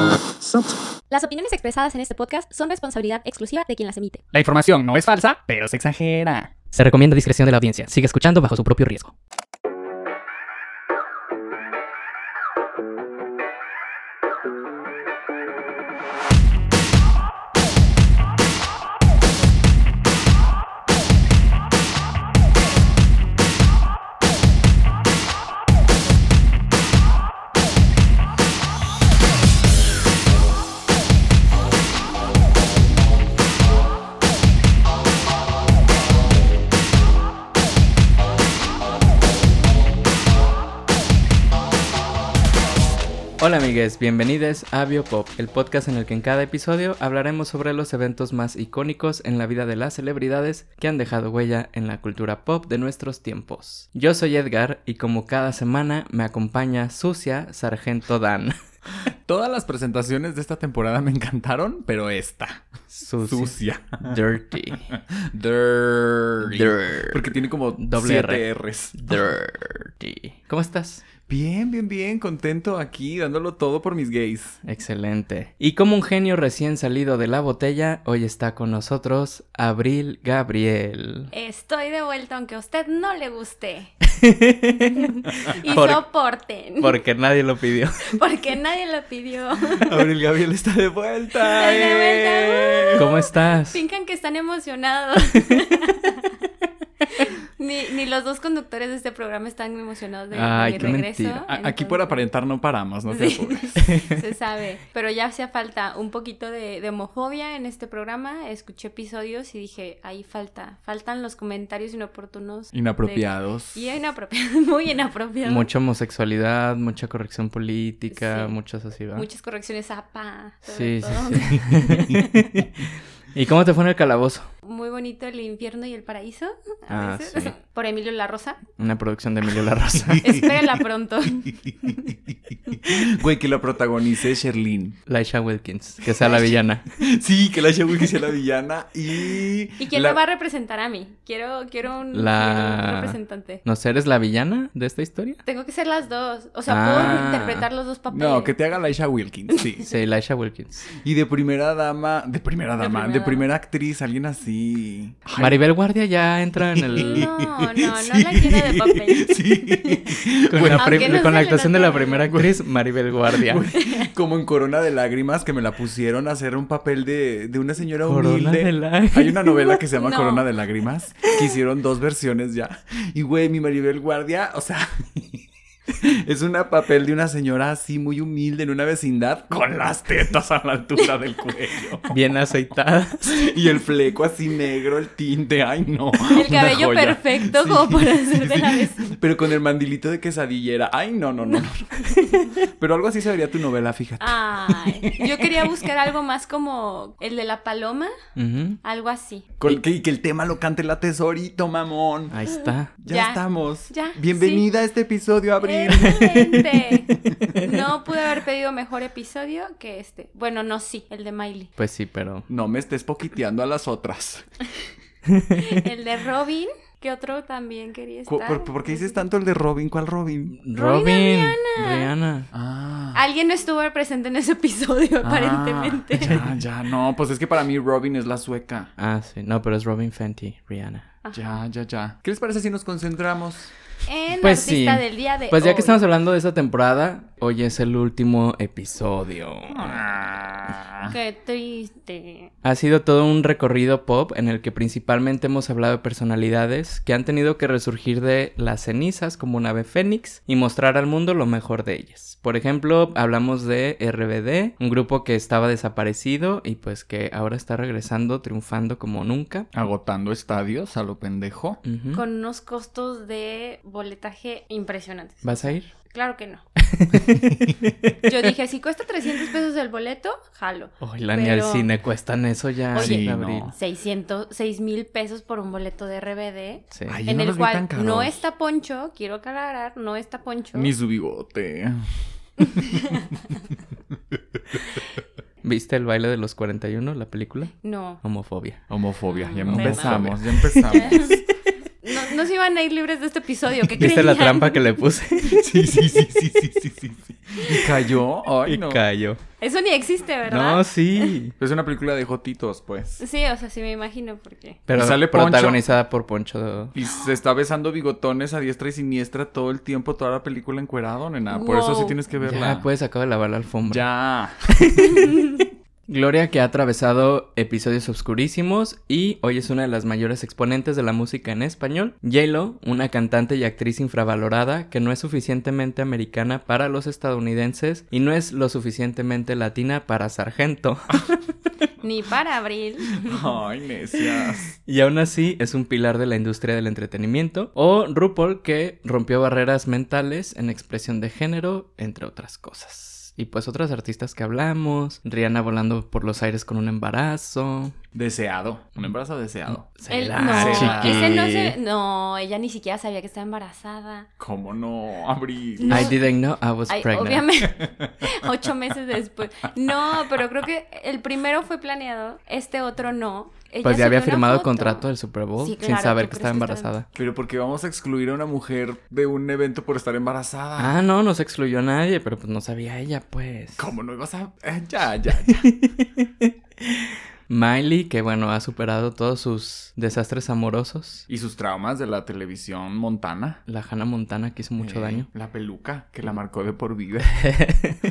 nosotros. Las opiniones expresadas en este podcast son responsabilidad exclusiva de quien las emite. La información no es falsa, pero se exagera. Se recomienda discreción de la audiencia. Sigue escuchando bajo su propio riesgo. Hola amigues, bienvenidos a Biopop, el podcast en el que en cada episodio hablaremos sobre los eventos más icónicos en la vida de las celebridades que han dejado huella en la cultura pop de nuestros tiempos. Yo soy Edgar y como cada semana me acompaña Sucia Sargento Dan. Todas las presentaciones de esta temporada me encantaron, pero esta. Sucia. Sucia. Dirty. Dirty. Dir- Porque tiene como Doble siete R. R's. Dirty. ¿Cómo estás? Bien, bien, bien. Contento aquí, dándolo todo por mis gays. Excelente. Y como un genio recién salido de la botella, hoy está con nosotros Abril Gabriel. Estoy de vuelta aunque a usted no le guste. Eh, y Por- soporten. Porque nadie lo pidió. Porque nadie lo pidió. Abril Gabriel está de vuelta. Estoy de ¡eh! vuelta. ¿Cómo estás? Fincan que están emocionados. ni, ni los dos conductores de este programa están emocionados de, de Ay, mi qué regreso. mentira. A- Aquí por entonces- aparentar no paramos, no te Sí, apures. se sabe. Pero ya hacía falta un poquito de, de homofobia en este programa. Escuché episodios y dije, ahí falta. Faltan los comentarios inoportunos. de- Inapropiados. Y inapropiados, muy inapropiados. Mucha homosexualidad, mucha corrección política, Sí. muchas así, ¿va? Muchas correcciones APA. sobre Sí, sí, todo. sí. ¿Y cómo te fue en el calabozo? Muy bonito el infierno y el paraíso. a Ah, veces, sí. Por Emilio La Rosa. Una producción de Emilio La Rosa. Espérenla pronto. Güey, que la protagonice Sherlyn. Laisha Wilkins, que sea la villana. Sí, que la Shawiki sea la villana y... ¿Y quién la- me va a representar a mí? Quiero, quiero un, La- quiero un representante. No sé, ¿eres la villana de esta historia? Tengo que ser las dos. O sea, Ah. puedo interpretar los dos papeles. No, que te haga Laisha Wilkins, sí. Sí, Laisha Wilkins. Y de primera dama, de primera De dama, de primera, primera actriz, alguien así. Maribel Guardia ya entra en el... No, no, no la quiero de papel. Sí. Con, la, Aunque prim- no con la sea actuación de la Renata. primera actriz, Maribel Guardia. Güey, Como en Corona de Lágrimas, que me la pusieron a hacer un papel de, de una señora Corona humilde. de Lágrimas. Hay una novela que se llama No. Corona de Lágrimas, que hicieron dos versiones ya. Y güey, mi Maribel Guardia, o sea, es un papel de una señora así muy humilde en una vecindad con las tetas a la altura del cuello. Bien aceitada. Y el fleco así negro, el tinte, ay no. El una cabello joya. perfecto como para hacer de la vez. Pero con el mandilito de quesadillera. Ay, no, no, no. Pero algo así se vería tu novela, fíjate. Ay, yo quería buscar algo más como el de la paloma, Ujú. algo así. Con- que, y que el tema lo cante la tesorito, mamón. Ahí está. ya, ya, estamos. ya, Eh. Bienvenida a este episodio, Abril. Excelente. No pude haber pedido mejor episodio que este. Bueno, no, sí, el de Miley. Pues sí, pero... No me estés poquiteando a las otras. El de Robin, que otro también quería Cu- estar. ¿Por, por qué dices tanto el de Robin? ¿Cuál Robin? Robin. Rihanna. Ah. Alguien no estuvo presente en ese Ah, episodio, aparentemente. Ah, ya, ya, no. Pues es que para mí Robin es la sueca. Ah, sí. No, pero es Robin Fenty, Rihanna. Ya, ya, ya. ¿Qué les parece si nos concentramos? En Pues artista sí. del día de Pues ya hoy. que estamos hablando de esta temporada, hoy es el último episodio. Ah. Qué triste. Ha sido todo un recorrido pop en el que principalmente hemos hablado de personalidades que han tenido que resurgir de las cenizas como un ave fénix y mostrar al mundo lo mejor de ellas. Por ejemplo, hablamos de RBD, un grupo que estaba desaparecido y pues que ahora está regresando triunfando como nunca. Agotando estadios a lo pendejo. Ujú. Con unos costos de boletaje impresionantes. ¿Vas a ir? Claro que no. Yo dije, si cuesta 300 pesos el boleto, jalo. Oye, la ni al Pero- cine cuestan eso ya. Oye, en Sí, abril. no. 600, 6 mil pesos por un boleto de RBD. Sí. Ay, yo en no el los vi tan cual caros. no está Poncho, quiero aclarar, no está Poncho. Ni su bigote. ¿Viste el baile de los 41, la película? No. Homofobia. Homofobia. Ya Mm, empezamos, homofobia. ya empezamos. No, no se iban a ir libres de este episodio. ¿Qué ¿Viste la creían? trampa que le puse? Sí, sí, sí, sí, sí, sí, sí, sí. Y cayó. Ay, y no. cayó. Eso ni existe, ¿verdad? No, sí. Es una película de Jotitos, pues. Sí, o sea, sí me imagino porque. Pero Y sale Poncho. protagonizada por Poncho. Y se está besando bigotones a diestra y siniestra todo el tiempo, toda la película encuerado, nena. Por eso sí Wow. tienes que verla. Ya, pues acaba de lavar la alfombra. Ya. Gloria que ha atravesado episodios obscurísimos y hoy es una de las mayores exponentes de la música en español. J-Lo, una cantante y actriz infravalorada que no es suficientemente americana para los estadounidenses y no es lo suficientemente latina para Sargento. Ni para abril. Ay, necias. Y aún así es un pilar de la industria del entretenimiento. O RuPaul que rompió barreras mentales en expresión de género, entre otras cosas. Y pues otras artistas que hablamos. Rihanna volando por los aires con un embarazo. Deseado. Un embarazo deseado. Él- Cela, Oh, no, chiqui. ese no se. No, ella ni siquiera sabía que estaba embarazada. ¿Cómo no? Abril. No. I didn't know I was Ay, pregnant. obviamente, ocho meses después. No, pero creo que el primero fue planeado, este otro no. Ella Pues ya había subió una firmado foto. contrato del Super Bowl Sí, sin claro, saber ¿tú que crees estaba que estaba embarazada. Pero porque vamos a excluir a una mujer de un evento por estar embarazada. Ah, no, no se excluyó a nadie, pero pues no sabía ella, pues. ¿Cómo no ibas a.? Eh, Ya, ya, ya. Miley, que bueno, ha superado todos sus desastres amorosos. Y sus traumas de la televisión montana. La Hannah Montana que hizo mucho Eh, daño. Mm. La peluca que la marcó de por vida.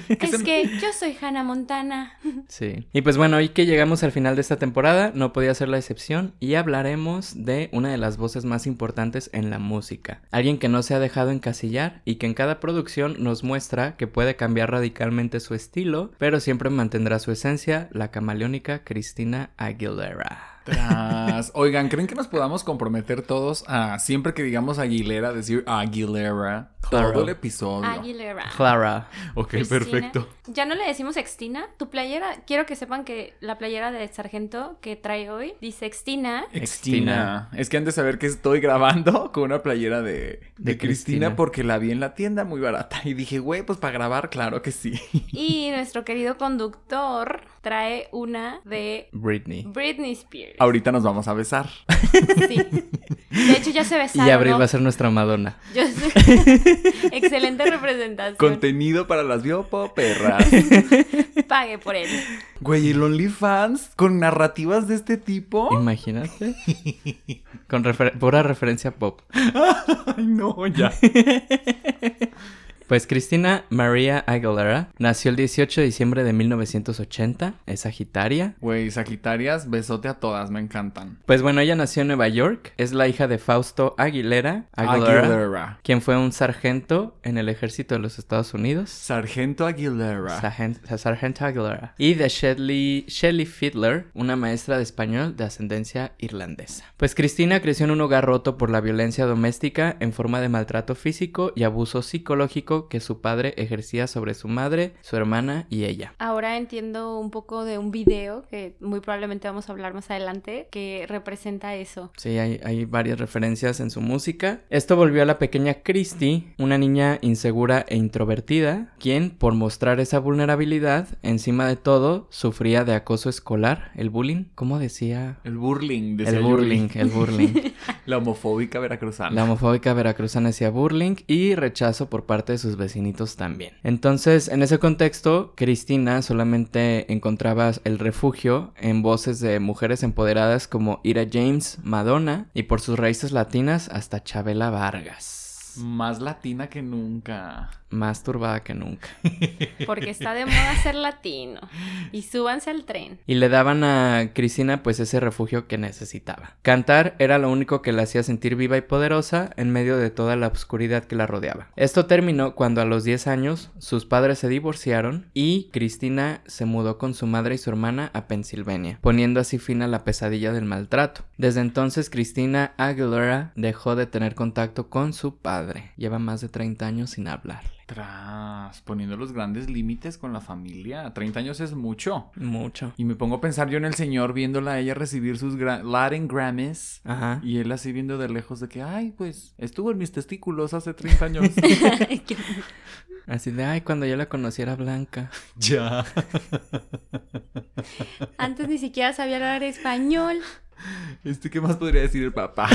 Es que yo soy Hannah Montana. Sí. Y pues bueno, hoy que llegamos al final de esta temporada, no podía ser la excepción y hablaremos de una de las voces más importantes en la música. Alguien que no se ha dejado encasillar y que en cada producción nos muestra que puede cambiar radicalmente su estilo, pero siempre mantendrá su esencia, la camaleónica Cristina Aguilera. Tras. Oigan, ¿creen que nos podamos comprometer todos a siempre que digamos Aguilera, decir Aguilera Claro. todo el episodio? Aguilera. Clara. ok, Cristina. perfecto. Ya no le decimos Extina. Tu playera, quiero que sepan que la playera de Sargento que trae hoy dice Extina. Extina. Es que han de saber que estoy grabando con una playera de, de, Cristina De Cristina. porque la vi en la tienda muy barata. Y dije, güey, pues para grabar, claro que sí. Y nuestro querido conductor trae una de Britney. Britney Spears. Ahorita nos vamos a besar. Sí. De hecho, ya se besaron. Y Abril ¿no? va a ser nuestra Madonna. Yo sé. Excelente representación. Contenido para las biopo perras. Pague por él. Güey, el OnlyFans con narrativas de este tipo. Imagínate. Con refer- pura referencia pop. Ay, no, ya. Pues Cristina María Aguilera nació el 18 de diciembre de 1980, es Sagitaria. Güey, Sagitarias, besote a todas, me encantan. Pues bueno, ella nació en Nueva York, es la hija de Fausto Aguilera, Aguilera, Aguilera. quien fue un sargento en el ejército de los Estados Unidos. Sargento Aguilera. Sargen- Sargento Aguilera. Y de Shelley, Shelley Fiddler, una maestra de español de ascendencia irlandesa. Pues Cristina creció en un hogar roto por la violencia doméstica en forma de maltrato físico y abuso psicológico que su padre ejercía sobre su madre, su hermana y ella. Ahora entiendo un poco de un video que muy probablemente vamos a hablar más adelante que representa eso. Sí, hay, hay varias referencias en su música. Esto volvió a la pequeña Christie, una niña insegura e introvertida, quien, por mostrar esa vulnerabilidad, encima de todo, sufría de acoso escolar, el bullying, ¿cómo decía? El burling. decía El yo. burling, el burling. La homofóbica veracruzana. La homofóbica veracruzana decía burling y rechazo por parte de sus vecinitos también. Entonces, en ese contexto, Cristina solamente encontraba el refugio en voces de mujeres empoderadas como Ira James, Madonna y por sus raíces latinas hasta Chabela Vargas. Más latina que nunca. Más turbada que nunca. Porque está de moda ser latino. Y súbanse al tren. Y le daban a Cristina pues ese refugio que necesitaba. Cantar era lo único que la hacía sentir viva y poderosa en medio de toda la oscuridad que la rodeaba. Esto terminó cuando a los 10 años sus padres se divorciaron y Cristina se mudó con su madre y su hermana a Pensilvania, poniendo así fin a la pesadilla del maltrato. Desde entonces Cristina Aguilera dejó de tener contacto con su padre. Lleva más de 30 años sin hablarle. Tras, poniendo los grandes límites con la familia. 30 años es mucho. Mucho. Y me pongo a pensar yo en el señor viéndola a ella recibir sus gra- Latin Grammys. Ajá. Y él así viendo de lejos de que, ay, pues, estuvo en mis testículos hace 30 años. Que- Así de, ay, cuando yo la conociera blanca. ya. Antes ni siquiera sabía hablar español. Este, ¿qué más podría decir el papá?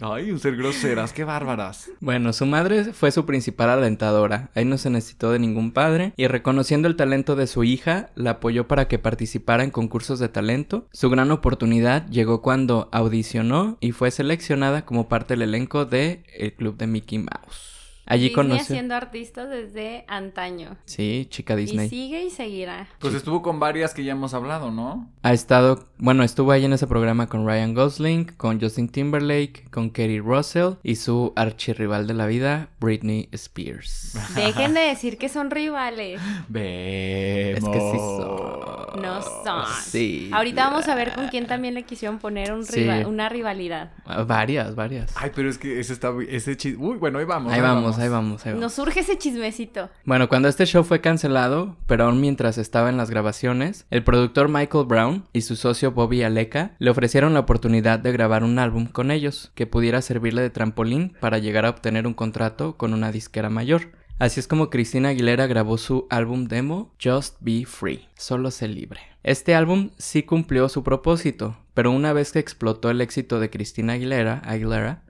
Ay, un ser groseras, qué bárbaras. Bueno, su madre fue su principal alentadora, ahí no se necesitó de ningún padre, y reconociendo el talento de su hija, la apoyó para que participara en concursos de talento. Su gran oportunidad llegó cuando audicionó y fue seleccionada como parte del elenco de El Club de Mickey Mouse. Allí Disney conoció... haciendo artistas desde antaño. Sí, chica Y Disney. sigue y seguirá. Pues estuvo con varias que ya hemos hablado, ¿no? Ha estado, bueno, estuvo ahí en ese programa con Ryan Gosling, con Justin Timberlake, con Kerry Russell y su archirrival de la vida, Britney Spears. Dejen de decir que son rivales. Vemos. Es que sí son. No son. Sí. Ahorita vamos a ver con quién también le quisieron poner un Sí. rival- una rivalidad. Varias, varias. Ay, pero es que ese está muy- ese chis... Uy, bueno, ahí vamos. Ahí vamos, ahí vamos, ahí vamos. Nos surge ese chismecito. Bueno, cuando este show fue cancelado, pero aún mientras estaba en las grabaciones, el productor Michael Brown y su socio Bobby Aleca le ofrecieron la oportunidad de grabar un álbum con ellos, que pudiera servirle de trampolín para llegar a obtener un contrato con una disquera mayor. Así es como Cristina Aguilera grabó su álbum demo Just Be Free, solo sé libre. Este álbum sí cumplió su propósito, pero una vez que explotó el éxito de Cristina Aguilera, Aguilera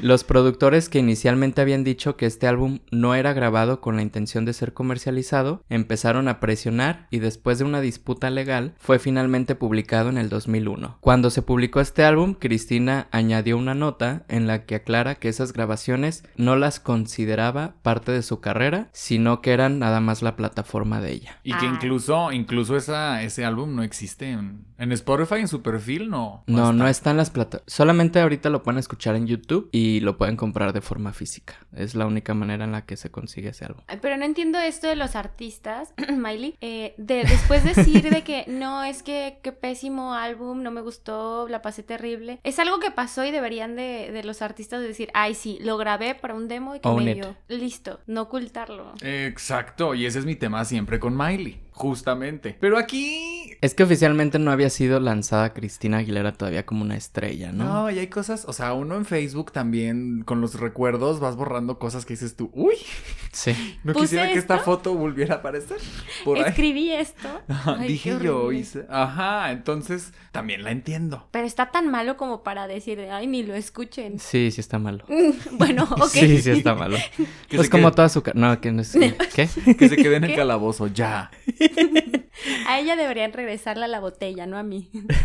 los productores que inicialmente habían dicho que este álbum no era grabado con la intención de ser comercializado empezaron a presionar y después de una disputa legal fue finalmente publicado en el 2001. Cuando se publicó este álbum, Cristina añadió una nota en la que aclara que esas grabaciones no las consideraba parte de su carrera, sino que eran nada más la plataforma de ella. Y que Ah. incluso, incluso esa, ese álbum no existe en, en Spotify, en su perfil, no. No, no está en las plataformas. Solamente ahorita lo pueden escuchar en YouTube y lo pueden comprar de forma física. Es la única manera en la que se consigue ese álbum. Ay, Pero no entiendo esto de los artistas, Miley. eh, de después decir de que no, es que qué pésimo álbum, no me gustó, la pasé terrible. Es algo que pasó y deberían de, de los artistas decir, ay, sí, lo grabé para un demo y que Own me it. dio. Listo, no ocultarlo. Exacto, y ese es mi tema siempre con Miley, justamente. Pero aquí... Es que oficialmente no había sido lanzada Cristina Aguilera todavía como una estrella, ¿no? No, y hay cosas, o sea, uno en Facebook también con los recuerdos vas borrando cosas que dices tú, uy, Sí. no ¿Puse quisiera que esta esto? foto volviera a aparecer. Por ahí. Escribí esto. Ajá, Ay, Dije qué yo, horrible. hice. Ajá, entonces también la entiendo. Pero está tan malo como para decir, ay, ni lo escuchen. Sí, sí está malo. bueno, ok. Sí, sí está malo. Que pues se como quede- toda su... ca- No, que no es... ¿Qué? Que se quede en el ¿Qué? calabozo, ya. A ella deberían regresarla la botella, no a mí.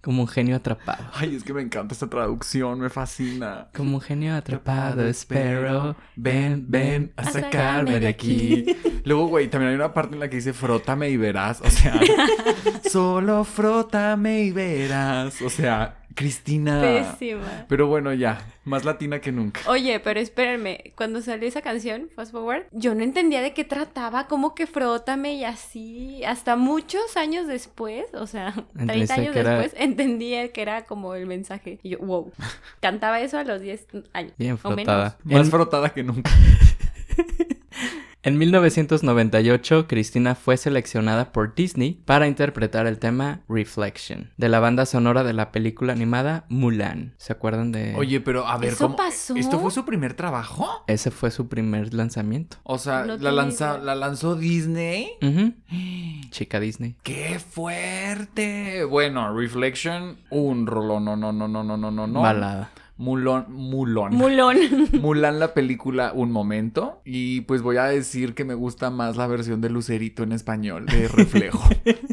Como un genio atrapado. Ay, es que me encanta esta traducción, me fascina. Como un genio atrapado, espero. ven, ven a sacarme sacarme de de aquí. Luego, güey, también hay una parte en la que dice frótame y verás. O sea, solo frótame y verás. O sea, Ah. Cristina. Pésima. Pero bueno, ya, más latina que nunca. Oye, pero espérenme, cuando salió esa canción, Fast Forward, yo no entendía de qué trataba, como que frótame y así, hasta muchos años después, o sea, 30 Entendiste años que era- después, entendía que era como el mensaje. Y yo, wow, cantaba eso a los 10 años. Bien o menos. frotada. Más En- frotada que nunca. En 1998, Cristina fue seleccionada por Disney para interpretar el tema Reflection de la banda sonora de la película animada Mulan. ¿Se acuerdan de...? Oye, pero a ver, ¿Eso ¿cómo? pasó? ¿Esto fue su primer trabajo? Ese fue su primer lanzamiento. O sea, No la, tenía lanza- idea. la lanzó Disney. Ujú. Chica Disney. ¡Qué fuerte! Bueno, Reflection, un rolón, no, no, no, no, no, no, no, no. Balada. Mulón, mulón. Mulón. Mulan la película un momento y pues voy a decir que me gusta más la versión de Lucerito en español de Reflejo.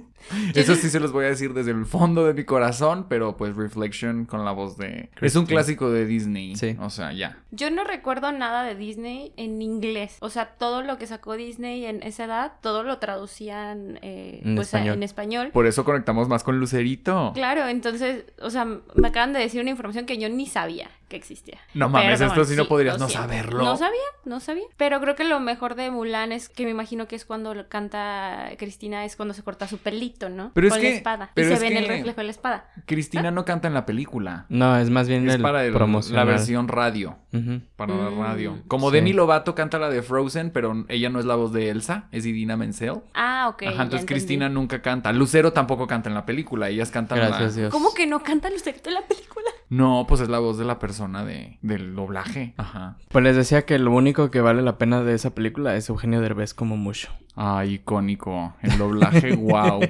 Eso sí se los voy a decir desde el fondo de mi corazón, pero pues Reflection con la voz de... Es un clásico de Disney. Sí. O sea, ya. Yo no recuerdo nada de Disney en inglés. O sea, todo lo que sacó Disney en esa edad, todo lo traducían eh, En pues, a- español. en español. Por eso conectamos más con Lucerito. Claro, entonces, o sea, me acaban de decir una información que yo ni sabía que existía. No mames, Perdón, esto sí no podrías lo no siento. saberlo. No sabía, no sabía. Pero creo que lo mejor de Mulan es que me imagino que es cuando lo canta Cristina, es cuando se corta su pelito, ¿no? Pero es Con que- la espada. pero y es se ve en el que- reflejo de la espada. Cristina no canta en la película. No, es más bien Es el para el- la promocional. versión radio. Ujú. Para la Mm, radio. Como sí. Demi Lovato canta la de Frozen, pero ella no es la voz de Elsa, es Idina Menzel. Ah, Ajá, ok. ya entonces entendí. Cristina nunca canta. Lucero tampoco canta en la película, ellas cantan la- Gracias Dios. ¿Cómo que no canta Lucerito en la película? No, pues es la voz de la persona de, del doblaje. Ajá. Pues les decía que lo único que vale la pena de esa película es Eugenio Derbez como mucho. Ay, Ah, icónico. El doblaje, wow.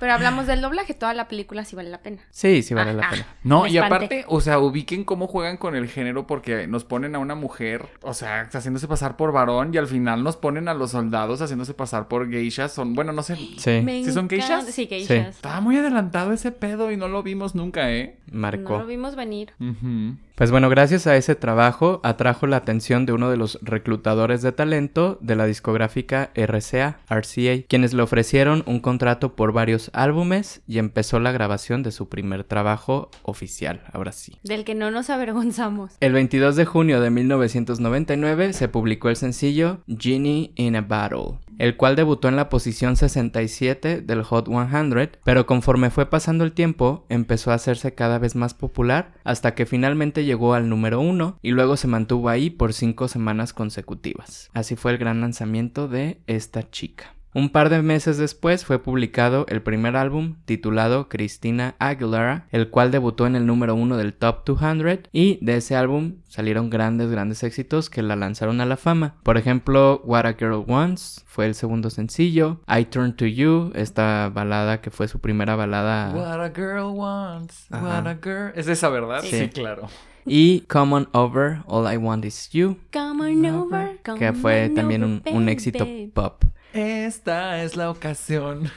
Pero hablamos del doblaje, toda la película sí vale la pena. Sí, sí vale la Ajá. pena. No, Me y espanté. aparte, o sea, ubiquen cómo juegan con el género porque nos ponen a una mujer, o sea, haciéndose pasar por varón y al final nos ponen a los soldados haciéndose pasar por geishas. Son, bueno, no sé. Sí, Me ¿Sí son encanta- geishas? Sí, geishas. Estaba muy adelantado ese pedo y no lo vimos nunca, ¿eh? marcó. No lo vimos venir. Ujú. Pues bueno, gracias a ese trabajo atrajo la atención de uno de los reclutadores de talento de la discográfica RCA, RCA, quienes le ofrecieron un contrato por varios álbumes y empezó la grabación de su primer trabajo oficial, ahora sí. Del que no nos avergonzamos. El 22 de junio de 1999 se publicó el sencillo Genie in a Battle, el cual debutó en la posición 67 del Hot 100, pero conforme fue pasando el tiempo empezó a hacerse cada vez más popular hasta que finalmente llegó al número 1 y luego se mantuvo ahí por 5 semanas consecutivas. Así fue el gran lanzamiento de esta chica. Un par de meses después fue publicado el primer álbum titulado Christina Aguilera, el cual debutó en el número uno del Top 200 y de ese álbum salieron grandes, grandes éxitos que la lanzaron a la fama. Por ejemplo, What a Girl Wants fue el segundo sencillo, I Turn to You, esta balada que fue su primera balada, What a girl wants, what Ah. Ajá. a girl. Es esa, ¿verdad? Sí. claro. y Come On Over, All I Want Is You, Come on over, come que fue on también un, over, un éxito baby. pop. Esta es la ocasión.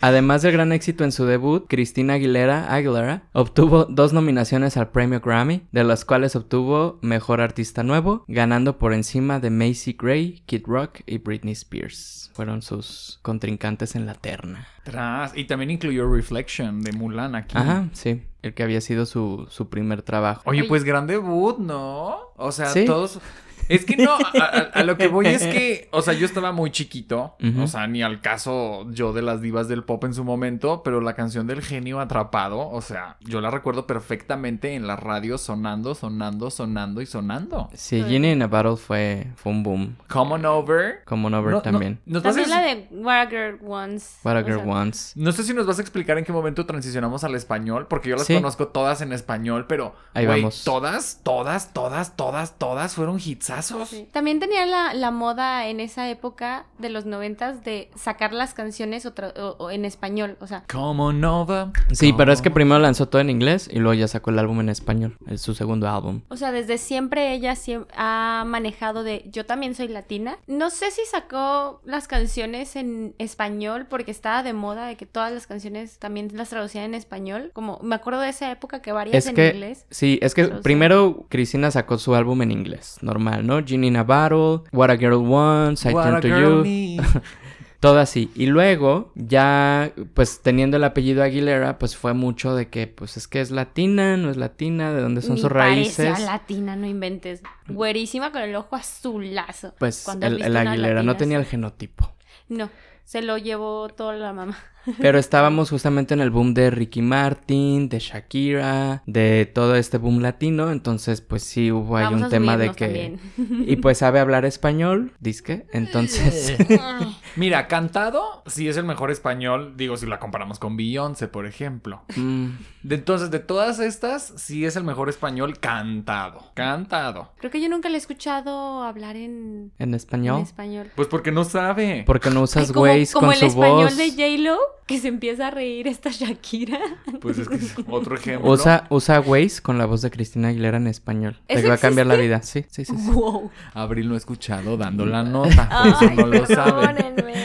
Además del gran éxito en su debut, Cristina Aguilera Aguilera obtuvo dos nominaciones al premio Grammy, de las cuales obtuvo Mejor Artista Nuevo, ganando por encima de Macy Gray, Kid Rock y Britney Spears. Fueron sus contrincantes en la terna. Tras. Y también incluyó Reflection de Mulan aquí. Ajá, sí, el que había sido su, su primer trabajo. Oye, Oye. pues gran debut, ¿no? O sea, Sí. todos. Es que no, a, a- a lo que voy es que, o sea, yo estaba muy chiquito, Ujú. o sea, ni al caso yo de las divas del pop en su momento, pero la canción del genio atrapado, o sea, yo la recuerdo perfectamente en la radio sonando, sonando, sonando y sonando. Sí, Ginny in a Battle fue, fue un boom. Come on over. Como Over No, no, también. nos vas a También la de What a Girl Wants. What a o Girl sea, Wants. No sé si nos vas a explicar en qué momento transicionamos al español, porque yo las Sí. conozco todas en español, pero Ahí güey, vamos. todas, todas, todas, todas, todas fueron hitsazos. sí. También tenía la, la moda en esa época de los noventas de sacar las canciones otra- o- o en español. O sea, Come on over. Sí, pero es que Come primero lanzó todo en inglés y luego ya sacó el álbum en español. Es su segundo álbum. O sea, desde siempre ella siem- ha manejado de yo también soy latina. No sé si sacó las canciones en español porque estaba de moda de que todas las canciones también las traducían en español. Como me acuerdo de esa época que varias Es en que, inglés. sí, es que Traducido. primero Cristina sacó su álbum en inglés, normal, ¿no? Ginny in a Battle, What a Girl Wants, I What a Turn to girl You, need. todo así. Y luego, ya, pues teniendo el apellido Aguilera, pues fue mucho de que, pues es que es latina, no es latina, de dónde son Ni sus parece raíces. a latina, no inventes. Güerísima con el ojo azulazo. Pues Cuando has el, visto el una Aguilera no latina, tenía el genotipo. No, se lo llevó toda la mamá. Pero estábamos justamente en el boom de Ricky Martin, de Shakira, de todo este boom latino, entonces pues sí hubo ahí Vamos un a tema de subirnos que... también. Y pues sabe hablar español, disque. Entonces, Mira, cantado sí es el mejor español, digo, si la comparamos con Beyoncé, por ejemplo. mm, De- entonces, de todas estas, sí es el mejor español cantado. Cantado. Creo que yo nunca le he escuchado hablar en, en en español. español. Pues porque no sabe. Porque no Ay, usas como, güeyes como con el su español voz. de J-Lo que se empieza a reír esta Shakira. Pues es que es otro ejemplo. Usa, usa Waze con la voz de Cristina Aguilera en español. Te ¿Eso va a cambiar la vida. Sí, sí, sí. sí. wow. Abril no ha escuchado dando la nota. Por eso no lo sabe. perdónenme.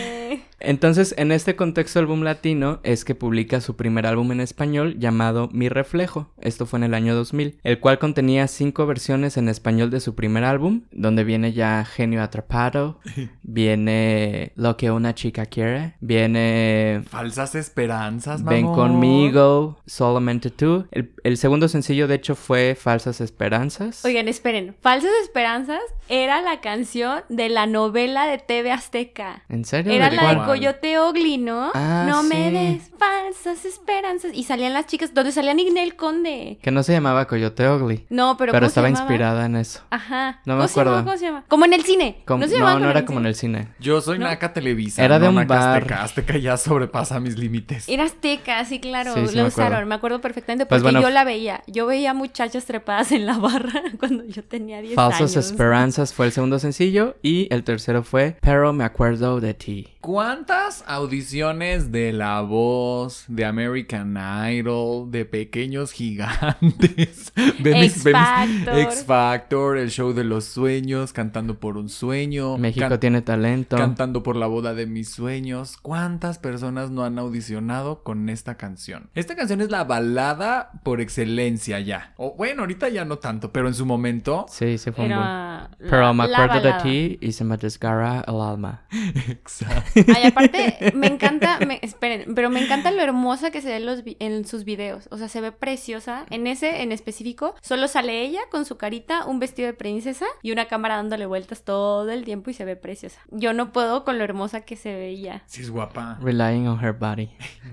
Entonces, en este contexto del boom latino, es que publica su primer álbum en español llamado Mi Reflejo. Esto fue en el año 2000, el cual contenía cinco versiones en español de su primer álbum, donde viene ya Genio Atrapado, viene Lo que una chica quiere, viene Falsas esperanzas, mamón. Ven conmigo, solamente tú. El, el segundo sencillo, de hecho, fue Falsas Esperanzas. Oigan, esperen. Falsas Esperanzas era la canción de la novela de TV Azteca. ¿En serio? Era ¿De la de cuál? el coyote Ogli, ¿no? Ah, no me sí. des falsas esperanzas. Y salían las chicas, donde salía Ninel Conde. Que no se llamaba Coyote Ugly, No, pero pero, ¿cómo se estaba llamaba? inspirada en eso. Ajá. No me ¿Cómo se llamaba? acuerdo. ¿Cómo se llama? Como en el cine. Com- no, se llamaba no, no era como en cine. el cine. Yo soy No. Naca Televisa. Era de no un Naca bar. Azteca. Azteca ya sobrepasa mis límites. Era azteca, sí, claro, Sí, sí, lo me acuerdo. usaron, me acuerdo perfectamente Pues porque bueno, yo la veía. Yo veía muchachas trepadas en la barra cuando yo tenía 10 años. Falsas Esperanzas fue el segundo sencillo y el tercero fue Pero me acuerdo de ti. ¿Cuántas audiciones de La Voz, de American Idol, de Pequeños Gigantes, de X Factor. X Factor, el show de los sueños, cantando por un sueño, México can- tiene talento. cantando por la boda de mis sueños? ¿Cuántas personas no han audicionado con esta canción? Esta canción es la balada por excelencia ya. O bueno, ahorita ya no tanto, pero en su momento Sí, sí fue un boom. Era la- Pero me la acuerdo de balada. ti y se me desgarra el alma. Exacto. Ay, aparte, me encanta, me- esperen, pero me encanta lo hermosa que se ve en, los vi- en sus videos. O sea, se ve preciosa. En ese en específico, solo sale ella con su carita, un vestido de princesa y una cámara dándole vueltas todo el tiempo y se ve preciosa. Yo no puedo con lo hermosa que se veía. Sí, es guapa. Relying on her body.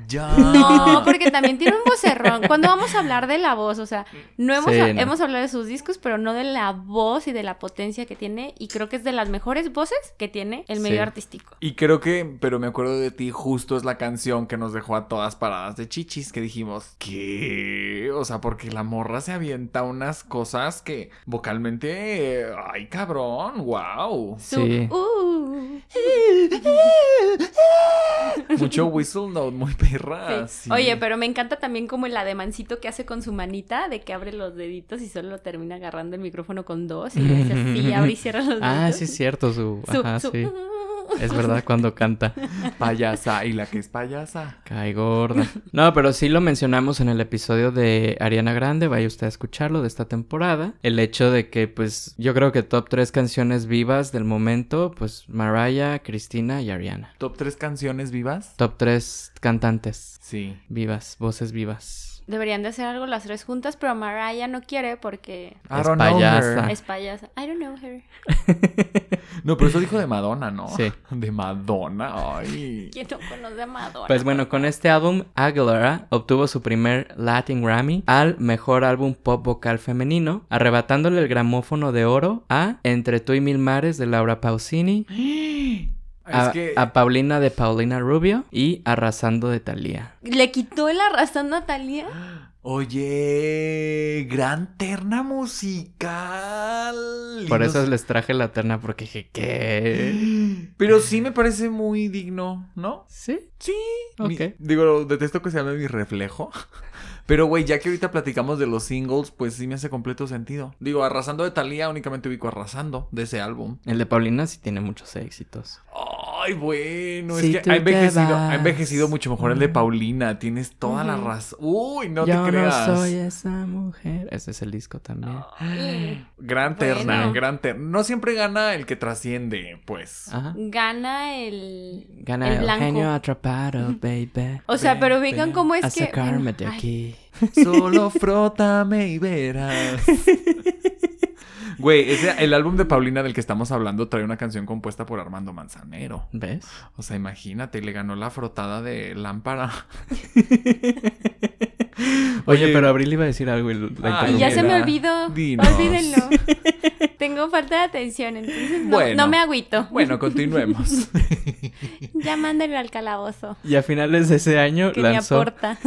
Ya. No, porque también tiene un vocerrón. Cuando vamos a hablar de la voz, o sea, no hemos, Sí, no. hemos hablado de sus discos, pero no de la voz y de la potencia que tiene. Y creo que es de las mejores voces que tiene el medio Sí. artístico. Y creo que, pero me acuerdo de ti, justo es la canción que nos dejó a todas paradas de chichis, que dijimos, ¿qué? O sea, porque la morra se avienta unas cosas que vocalmente, eh, ay cabrón, wow. Su- Sí. Uh. Mucho whistle note, muy perra. Sí. Ah, sí. Oye, pero me encanta también como el ademancito que hace con su manita de que abre los deditos y solo termina agarrando el micrófono con dos y le hace así, abre y cierra los deditos. Ah, sí es cierto, su... uh, Su- Ajá, su- uh, sí. Es verdad cuando canta. Payasa, y la que es payasa. Cae gorda. No, pero sí lo mencionamos en el episodio de Ariana Grande, vaya usted a escucharlo de esta temporada. El hecho de que, pues, yo creo que top tres canciones vivas del momento, pues Mariah, Cristina y Ariana. Top tres canciones vivas. Top tres cantantes Sí. vivas, voces vivas. Deberían de hacer algo las tres juntas, pero Mariah no quiere porque I Es don't know payasa. her. es payasa. I don't know her. No, pero eso dijo de Madonna, ¿no? Sí. De Madonna, ay. ¿Quién no conoce a Madonna? Pues bueno, con este álbum, Aguilera obtuvo su primer Latin Grammy al mejor álbum pop vocal femenino, arrebatándole el gramófono de oro a Entre tú y mil mares de Laura Pausini, es a, que... a Paulina de Paulina Rubio y Arrasando de Thalía. ¿Le quitó el arrastrando a Thalía? Oye, gran terna musical. Por Y eso nos- les traje la terna porque dije, ¿qué? Pero sí me parece muy digno, ¿no? ¿Sí? Sí. Ok. Mi- digo, detesto que se llame mi reflejo. Pero, güey, ya que ahorita platicamos de los singles, pues sí me hace completo sentido. Digo, Arrasando de Talía, únicamente ubico Arrasando de ese álbum. El de Paulina sí tiene muchos éxitos. Ay, bueno, Si es tú que ha envejecido, te ha envejecido vas. mucho mejor el de Paulina. Tienes toda la Ujú. razón. Uy, no Yo te creas. no soy esa mujer. Ese es el disco también. Ah, Gran terna, Bueno. gran terna. No siempre gana el que trasciende, pues. Ajá. Gana el... Gana El el blanco. genio atrapado, baby. O sea, pero ubican Ven, cómo es a que... sacarme de Ay, aquí. Solo frótame y verás. Güey, ese- el álbum de Paulina del que estamos hablando trae una canción compuesta por Armando Manzanero. ¿Ves? O sea, imagínate, le ganó la frotada de lámpara. Oye, Oye, Ah, pero Abril iba a decir algo y la Ay, Y ya se me Mira, olvidó. dinos. Olvídenlo. Tengo falta de atención, entonces no, Bueno. no me agüito. Bueno, continuemos. Ya mándenlo al calabozo. Y a finales de ese año Que me lanzó aporta.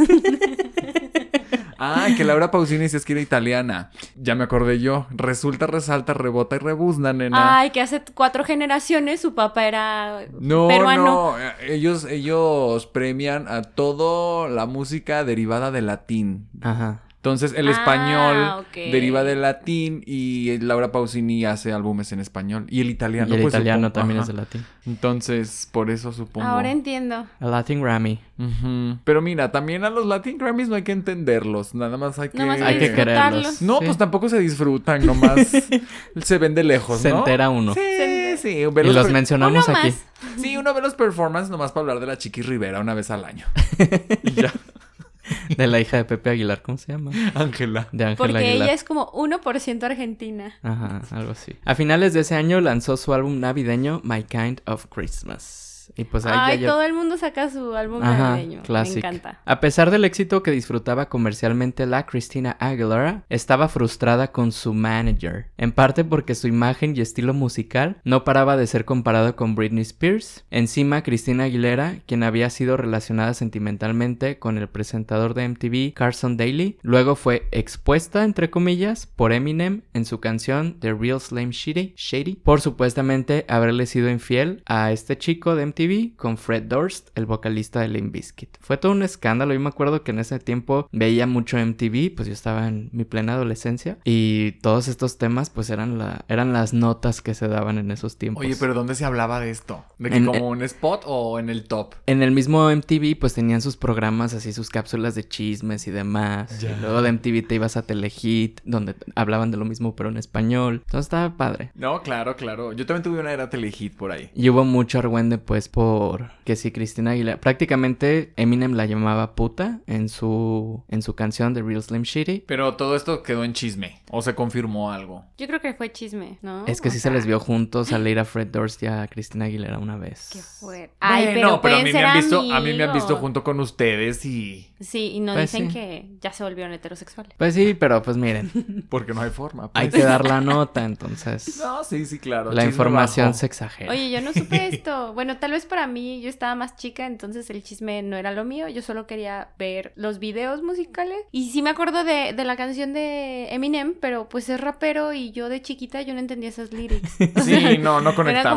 Ah, que Laura Pausini se escribe italiana. Ya me acordé yo. Resulta, resalta, rebota y rebuzna, nena. Ay, que hace cuatro generaciones su papá era No, peruano. no, eh, ellos, ellos premian a toda la música derivada del latín. Ajá. Entonces el Ah, español ok. deriva del latín y Laura Pausini hace álbumes en español. Y el italiano. Y el pues, italiano supongo, también ajá. es de latín. Entonces, por eso supongo. Ahora entiendo. El Latin Grammy. Ujú. Pero mira, también a los Latin Grammys no hay que entenderlos. Nada más hay que... Nada más Hay que disfrutarlo. quererlos. No, Sí. pues tampoco se disfrutan, nomás se ven de lejos, Se ¿no? entera uno. Sí, Se- sí. ve Y los per- mencionamos Uno aquí. más. Sí, uno ve los performances nomás para hablar de la Chiqui Rivera una vez al año. Y ya, De la hija de Pepe Aguilar, ¿cómo se llama? Ángela. De Ángela Porque Aguilar. ella es como 1% argentina. Ajá, algo así. A finales de ese año lanzó su álbum navideño My Kind of Christmas. Y pues ahí Ay, ya- ya- todo el mundo saca su álbum Ajá, navideño. classic. Me encanta. A pesar del éxito que disfrutaba comercialmente la Christina Aguilera, estaba frustrada con su manager, en parte porque su imagen y estilo musical no paraba de ser comparado con Britney Spears. Encima, Christina Aguilera, quien había sido relacionada sentimentalmente con el presentador de MTV Carson Daly, luego fue expuesta, entre comillas, por Eminem en su canción The Real Slim Shady, Shady por supuestamente haberle sido infiel a este chico de MTV con Fred Durst, el vocalista de Limp Bizkit. Fue todo un escándalo. Yo me acuerdo que en ese tiempo veía mucho MTV, pues yo estaba en mi plena adolescencia y todos estos temas pues eran, la, eran las notas que se daban en esos tiempos. Oye, pero ¿dónde se hablaba de esto? ¿De que En- eh, como un spot o en el top? En el mismo MTV pues tenían sus programas así, sus cápsulas de chismes y demás. Y luego de MTV te ibas a Telehit, donde hablaban de lo mismo pero en español. Entonces estaba padre. No, claro, claro. Yo también tuve una era telehit por ahí. Y hubo mucho argüende, pues, por que si Cristina Aguilera. Prácticamente Eminem la llamaba puta en su, en su canción The Real Slim Shitty. Pero todo esto quedó en chisme. O se confirmó algo. Yo creo que fue chisme, ¿no? Es que O sí sea, se les vio juntos salir a Fred Durst y a Cristina Aguilera una vez. Qué fuerte. Ay, Bueno, pero, a mí pueden me han ser visto, a mí me han visto amigos. junto con ustedes y Sí, y no Pues dicen sí. que ya se volvieron heterosexuales. Pues sí, pero pues miren, porque no hay forma. hay que pues. dar la nota, entonces. No, sí, sí, claro. la chisme información bajo. se exagera. Oye, yo no supe esto. Bueno, tal vez para mí, yo estaba más chica, entonces el chisme no era lo mío. Yo solo quería ver los videos musicales. Y sí me acuerdo de, de la canción de Eminem, pero pues es rapero y yo de chiquita yo no entendía esas lyrics. O sea, Sí, no, no Era como,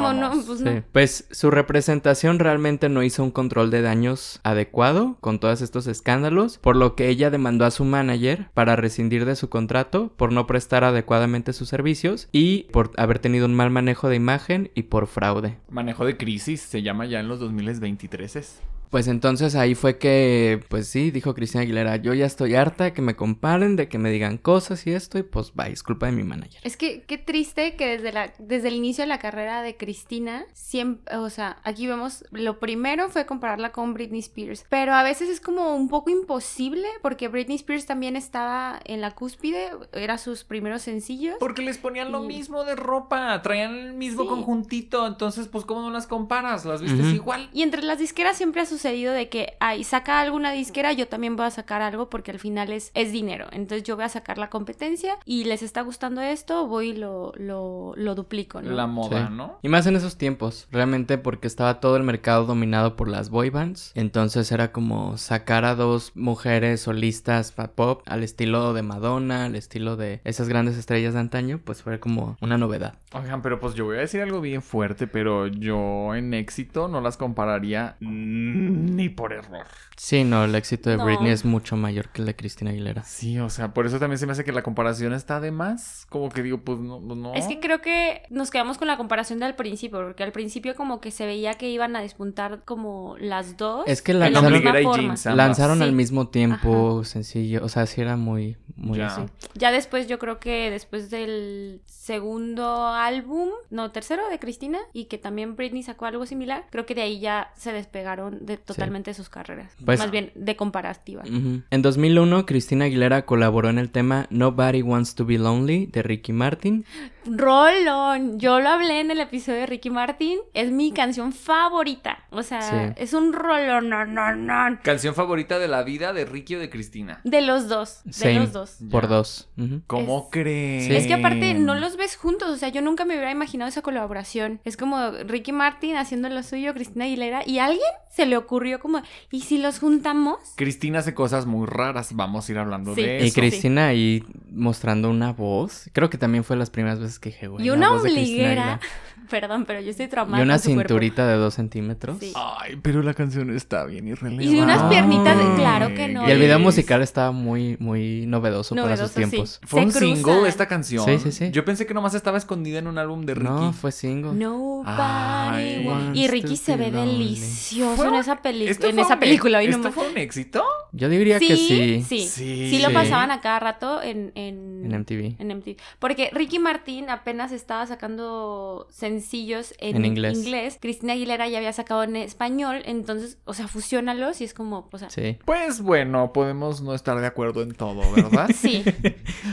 conectábamos. no, pues Sí, no. Pues su representación realmente no hizo un control de daños adecuado con todos estos escándalos, por lo que ella demandó a su manager para rescindir de su contrato por no prestar adecuadamente sus servicios y por haber tenido un mal manejo de imagen y por fraude. Manejo de crisis se llama ya en los 2023. Pues entonces ahí fue que, pues sí, dijo Cristina Aguilera, yo ya estoy harta de que me comparen, de que me digan cosas y esto, y pues va, es culpa de mi manager. Es que qué triste que desde la desde el inicio de la carrera de Cristina, siempre, o sea, aquí vemos lo primero fue compararla con Britney Spears, pero a veces es como un poco imposible porque Britney Spears también estaba en la cúspide, era sus primeros sencillos. Porque les ponían lo Y- mismo de ropa, traían el mismo Sí. conjuntito, entonces pues cómo no las comparas, las vistes Ujú. igual. Y entre las disqueras siempre ha sucedido de que, ay, saca alguna disquera, yo también voy a sacar algo porque al final es, es dinero. Entonces yo voy a sacar la competencia y les está gustando esto, voy y lo, lo, lo duplico, ¿no? La moda, Sí. ¿no? Y más en esos tiempos, realmente porque estaba todo el mercado dominado por las boy bands. Entonces era como sacar a dos mujeres solistas pa- pop al estilo de Madonna, al estilo de esas grandes estrellas de antaño, pues fue como una novedad. Oigan, pero pues yo voy a decir algo bien fuerte, pero yo en éxito no las compararía mm, ni por error. Sí, no, el éxito de No. Britney es mucho mayor que el de Cristina Aguilera. Sí, o sea, por eso también se me hace que la comparación está de más. Como que digo, pues no, pues, no. Es que creo que nos quedamos con la comparación del principio, porque al principio como que se veía que iban a despuntar como las dos. Es que de la lanzaron- misma Obliguera y forma. Jeans. ¿ah? Ambas. Lanzaron Sí. al mismo tiempo sencillo, o sea, sí era muy, muy Ya. así. Ya después yo creo que después del segundo álbum, no, tercero de Cristina, y que también Britney sacó algo similar, creo que de ahí ya se despegaron de totalmente de sus carreras. Pues- Más bien de comparativa. Ujú. En 2001, Cristina Aguilera colaboró en el tema Nobody Wants to Be Lonely de Ricky Martin. Rolón, yo lo hablé en el episodio de Ricky Martin, es mi canción favorita. O sea, Sí. es un rolón, no, no, no. Canción favorita de la vida de Ricky o de Cristina. De los dos, de Same, los dos. por Ya. dos. Ujú. ¿Cómo Es- creen? Sí. Es que Eh. aparte no los ves juntos, o sea, yo nunca me hubiera imaginado esa colaboración. Es como Ricky Martin haciendo lo suyo, Cristina Aguilera, y a alguien se le ocurrió como, ¿y si los juntamos? Cristina hace cosas muy raras, vamos a ir hablando Sí. de Y eso. Cri- Cristina ahí mostrando una voz. Creo que también fue las primeras veces que dije, güey. y la una voz de Cristina ombliguera. Aguilera. Perdón, pero yo estoy traumada. Y una con su cuerpo. cinturita Ah. de dos centímetros. Sí. Ay, pero la canción está bien irrelevante. Y de unas piernitas, claro que no. Y el video Es- musical estaba muy, muy novedoso, para sus Novedoso, sí. tiempos. Fue Se un cruzan. single esta canción. Sí, sí, sí. Yo pensé que nomás estaba escondida en un álbum de Ricky. No, fue single. Nobody Ay, wa- Y wants Ricky to se be ve lonely. delicioso Fue en un- esa, peli- ¿Esto en fue esa un- película. hoy ¿Esto nomás. fue un éxito? Yo diría que sí. sí. Sí. Sí lo Sí. pasaban a cada rato en, en... En MTV. en MTV. Porque Ricky Martin apenas estaba sacando sen- sencillos en, En inglés. inglés. Cristina Aguilera ya había sacado en español, entonces, o sea, fusiónalos y es como, o sea, sí. Sí, Pues bueno, podemos no estar de acuerdo en todo, ¿verdad?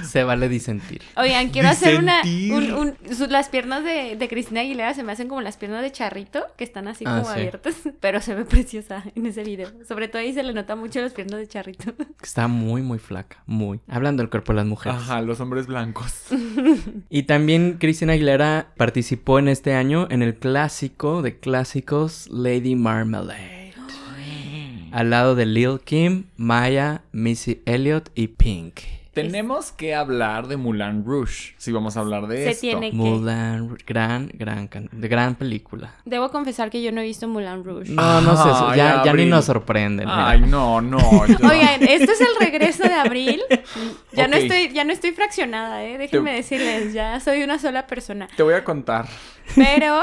se vale disentir. Oigan, quiero hacer una... Disentir. un- un- su- las piernas de, de Cristina Aguilera se me hacen como las piernas de charrito, que están así Ah, como sí. abiertas, pero se ve preciosa en ese video. Sobre todo ahí se le nota mucho las piernas de charrito. Está muy, muy flaca, muy. Hablando del cuerpo de las mujeres. Ajá, los hombres blancos. Y también Cristina Aguilera participó en este año en el clásico de clásicos Lady Marmalade. Al lado de Lil Kim, Maya, Missy Elliott y Pink. Tenemos que hablar de Mulan Rouge, si vamos a hablar de Se esto. tiene que- Mulan, gran, gran, can- de gran película. Debo confesar que yo no he visto Moulin Rouge. No, no sé, eso, Ay, ya, ya ni Abril. nos sorprenden. mira. Ah, Ay, no, no. yo- Oigan, este es el regreso de abril. Ya no Ok. estoy, ya no estoy fraccionada, ¿eh? déjenme decirles, ya soy una sola persona. Te voy a contar. Pero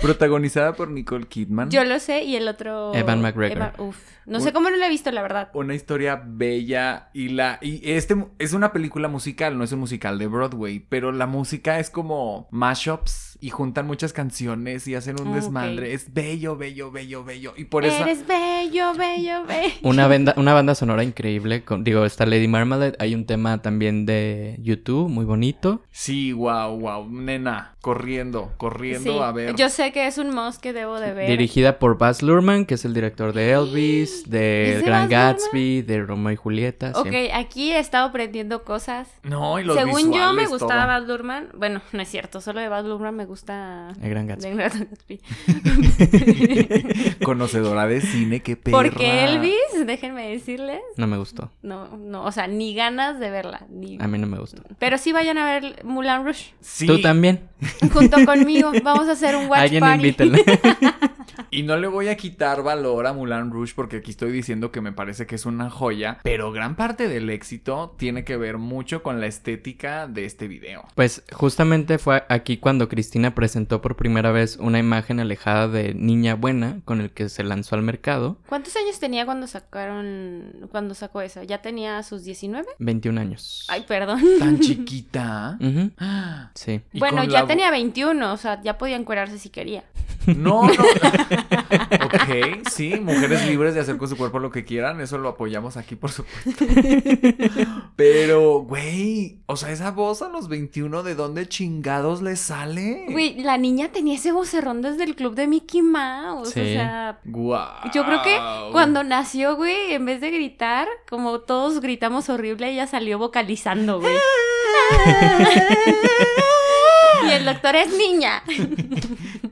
Protagonizada por Nicole Kidman. yo lo sé y el otro. Evan McGregor. uf. No sé cómo no lo he visto, la verdad. Una historia bella y la y este mu- es una película musical, no es un musical de Broadway, pero la música es como mashups y juntan muchas canciones y hacen un Ah, ok. desmadre. Es bello, bello, bello, bello y por eso Eres bello, bello, bello. Una banda, una banda sonora increíble. Con, digo, está Lady Marmalade. Hay un tema también de YouTube muy bonito. Sí, wow, wow, nena, corriendo, corriendo Sí, a ver. Yo sé que es un must que debo de ver. Dirigida por Baz Luhrmann, que es el director de Elvis, de ¿Es de Gran Baz Luhrmann? Gatsby, de Romeo y Julieta. sí. Ok, aquí he estado aprendiendo cosas. No, y los Según yo me visuales, gustaba todo. Bad Lurman. Bueno, no es cierto, solo de Bad Lurman me gusta. El Gran Gatsby. de Gran Gatsby. Conocedora de cine, qué perra. Porque Elvis, déjenme decirles, No me gustó. no, no, o sea, ni ganas de verla. Ni... A mí no me gustó. Pero sí vayan a ver Mulan Rush Sí, Tú también. junto conmigo. Vamos a hacer un watch Alguien party. invítela. y no le voy a quitar valor a Mulan Rouge porque aquí estoy diciendo que me parece que es una joya, pero gran parte del éxito tiene que ver mucho con la estética de este video. Pues justamente fue aquí cuando Cristina presentó por primera vez una imagen alejada de Niña Buena con el que se lanzó al mercado. ¿Cuántos años tenía cuando sacaron, cuando sacó eso? ¿Ya tenía sus 19? 21 años. Ay, perdón. Tan chiquita. Ujú, Ah, Sí. y Bueno, con ya la vo- tenía 21, o sea, ya podía encuerarse si quería. No, no. ok, sí, mujeres libres de hacer con su cuerpo lo que quieran, eso lo apoyamos aquí, por supuesto. Pero, güey, o sea, esa voz a los 21, ¿de dónde chingados le sale? Güey, la niña tenía ese vocerrón desde el club de Mickey Mouse. Sí. O sea, Guau. yo creo que Ah, cuando nació, güey, en vez de gritar, como todos gritamos horrible, ella salió vocalizando, güey. y el doctor es niña.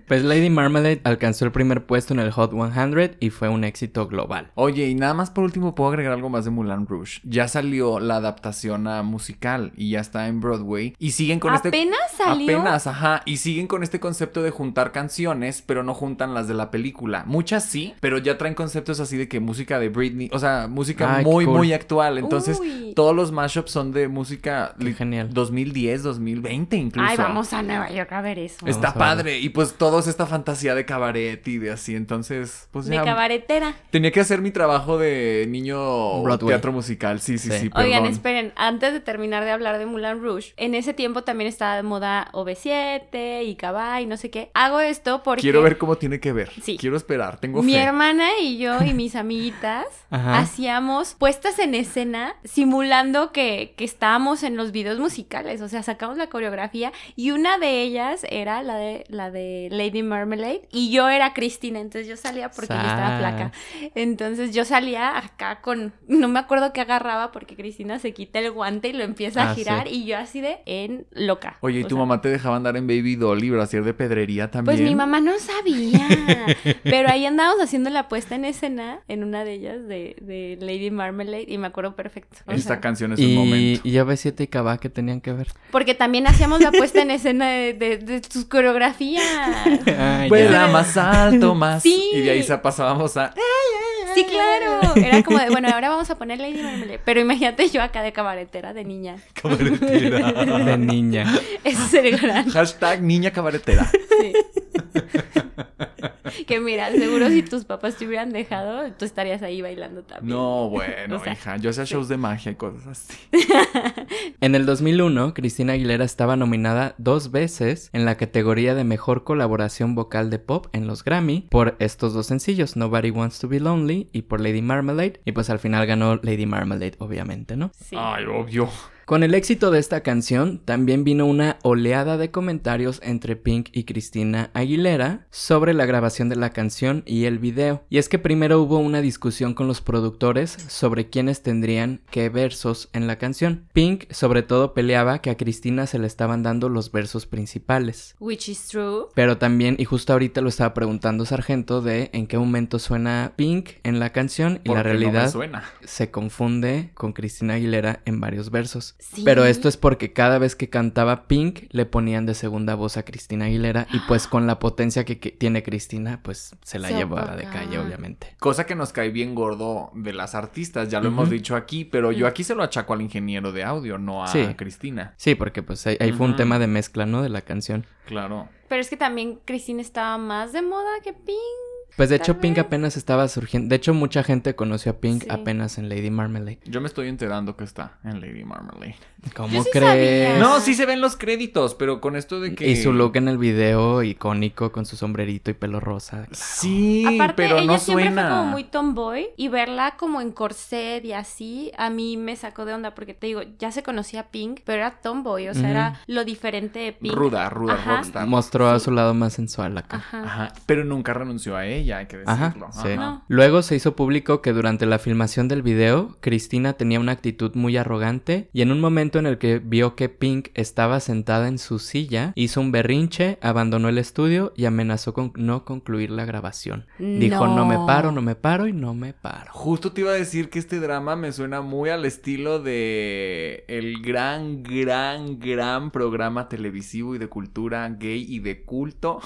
Pues Lady Marmalade alcanzó el primer puesto en el Hot 100 y fue un éxito global. Oye, y nada más por último puedo agregar algo más de Mulan Rouge. Ya salió la adaptación a musical y ya está en Broadway y siguen con este Apenas salió. Apenas, ajá. Y siguen con este concepto de juntar canciones, pero no juntan las de la película. Muchas sí, pero ya traen conceptos así de que música de Britney, o sea, música Ay, qué muy, cool. muy actual. Entonces, Uy. todos los mashups son de música Qué li- genial. 2010, 2020 incluso. Ay, vamos a Nueva York a ver eso. Es- Está Vamos a verlo. padre. Y pues todo es esta fantasía de cabaret y de así. Entonces, pues De ya. cabaretera. Tenía que hacer mi trabajo de niño Broadway. teatro musical. Sí, sí, sí, Sí. perdón. Oigan, esperen, antes de terminar de hablar de Mulan Rouge, en ese tiempo también estaba de moda OV7 y Cabá y no sé qué. Hago esto porque Quiero ver cómo tiene que ver. Sí. Quiero esperar. Tengo mi fe. hermana y yo y mis amiguitas Ajá. Ah, hacíamos puestas en escena simulando que, que estábamos en los videos musicales. O sea, sacamos la coreografía y una de ellas era la de, la de Lady Marmalade y yo era Cristina. Entonces yo salía porque yo estaba Sas. flaca. Entonces yo salía acá con. No me acuerdo qué agarraba porque Cristina se quita el guante y lo empieza a Ah, sí. girar y yo así de en loca. Oye, ¿y O tu sea, mamá te dejaba andar en Baby Doll y brasier de pedrería también? Pues mi mamá no sabía, pero ahí andábamos haciendo la puesta en escena en una de ellas de, de Lady Marmalade y me acuerdo perfecto. O Esta sea, canción es un Y, momento. y ya ve 7 y Cabá que tenían que ver. porque también hacíamos la puesta en escena de, de, de sus coreografías. Ay, ya. Vuela Pues, más alto, más. Sí. Y de ahí se pasábamos a. eh, Sí, claro. Era como de, bueno, ahora vamos a poner Lady Marmalade, pero imagínate yo acá de cabaretera, de niña. De niña. Eso sería gran. Hashtag niña cabaretera. sí. que mira, seguro si tus papás te hubieran dejado, tú estarías ahí bailando también. No, bueno, O sea, hija. Yo hacía shows de magia y cosas así. En el 2001, Cristina Aguilera estaba nominada dos veces en la categoría de Mejor Colaboración Vocal de Pop en los Grammy por estos dos sencillos, Nobody Wants to Be Lonely y por Lady Marmalade, y pues al final ganó Lady Marmalade, obviamente, ¿no? Sí. Ay, obvio. Con el éxito de esta canción, también vino una oleada de comentarios entre Pink y Cristina Aguilera sobre la grabación de la canción y el video. Y es que primero hubo una discusión con los productores sobre quiénes tendrían qué versos en la canción. Pink sobre todo peleaba que a Cristina se le estaban dando los versos principales. Which is true. Pero también, y justo ahorita lo estaba preguntando Sargento, de en qué momento suena Pink en la canción y porque No me la realidad suena. se confunde con Cristina Aguilera en varios versos. Sí. Pero esto es porque cada vez que cantaba Pink le ponían de segunda voz a Cristina Aguilera y pues con la potencia que, que tiene Cristina pues se la Se llevaba de opaca. calle obviamente. Cosa que nos cae bien gordo de las artistas, ya lo hemos Ujú. dicho aquí, pero yo Mm. aquí se lo achaco al ingeniero de audio, no a Sí. Cristina. Sí, porque pues ahí, ahí fue un Ujú. tema de mezcla, ¿no? De la canción. Claro. Pero es que también Cristina estaba más de moda que Pink. Pues de hecho Tal Pink vez. apenas estaba surgiendo. De hecho mucha gente conoció a Pink Sí. apenas en Lady Marmalade. Yo me estoy enterando que está en Lady Marmalade. ¿Cómo sí crees? sabía. No, sí se ven los créditos, pero con esto de que. Y su look en el video icónico con su sombrerito y pelo rosa. Sí, Aparte, pero ella no siempre suena. fue como muy tomboy y verla como en corset y así, a mí me sacó de onda porque te digo, ya se conocía Pink, pero era tomboy, o sea, Ujú. era lo diferente de Pink. Ruda, ruda, Ajá. rockstar. Mostró a su lado más sensual acá. Ajá. Ajá. Pero nunca renunció a ella, hay que Ajá, decirlo. sí. No. Luego se hizo público que durante la filmación del video, Cristina tenía una actitud muy arrogante y en un momento en el que vio que Pink estaba sentada en su silla, hizo un berrinche, abandonó el estudio y amenazó con no concluir la grabación. Dijo, no me paro, no me paro y no me paro. Justo te iba a decir que este drama me suena muy al estilo de el gran, gran, gran programa televisivo y de cultura gay y de culto.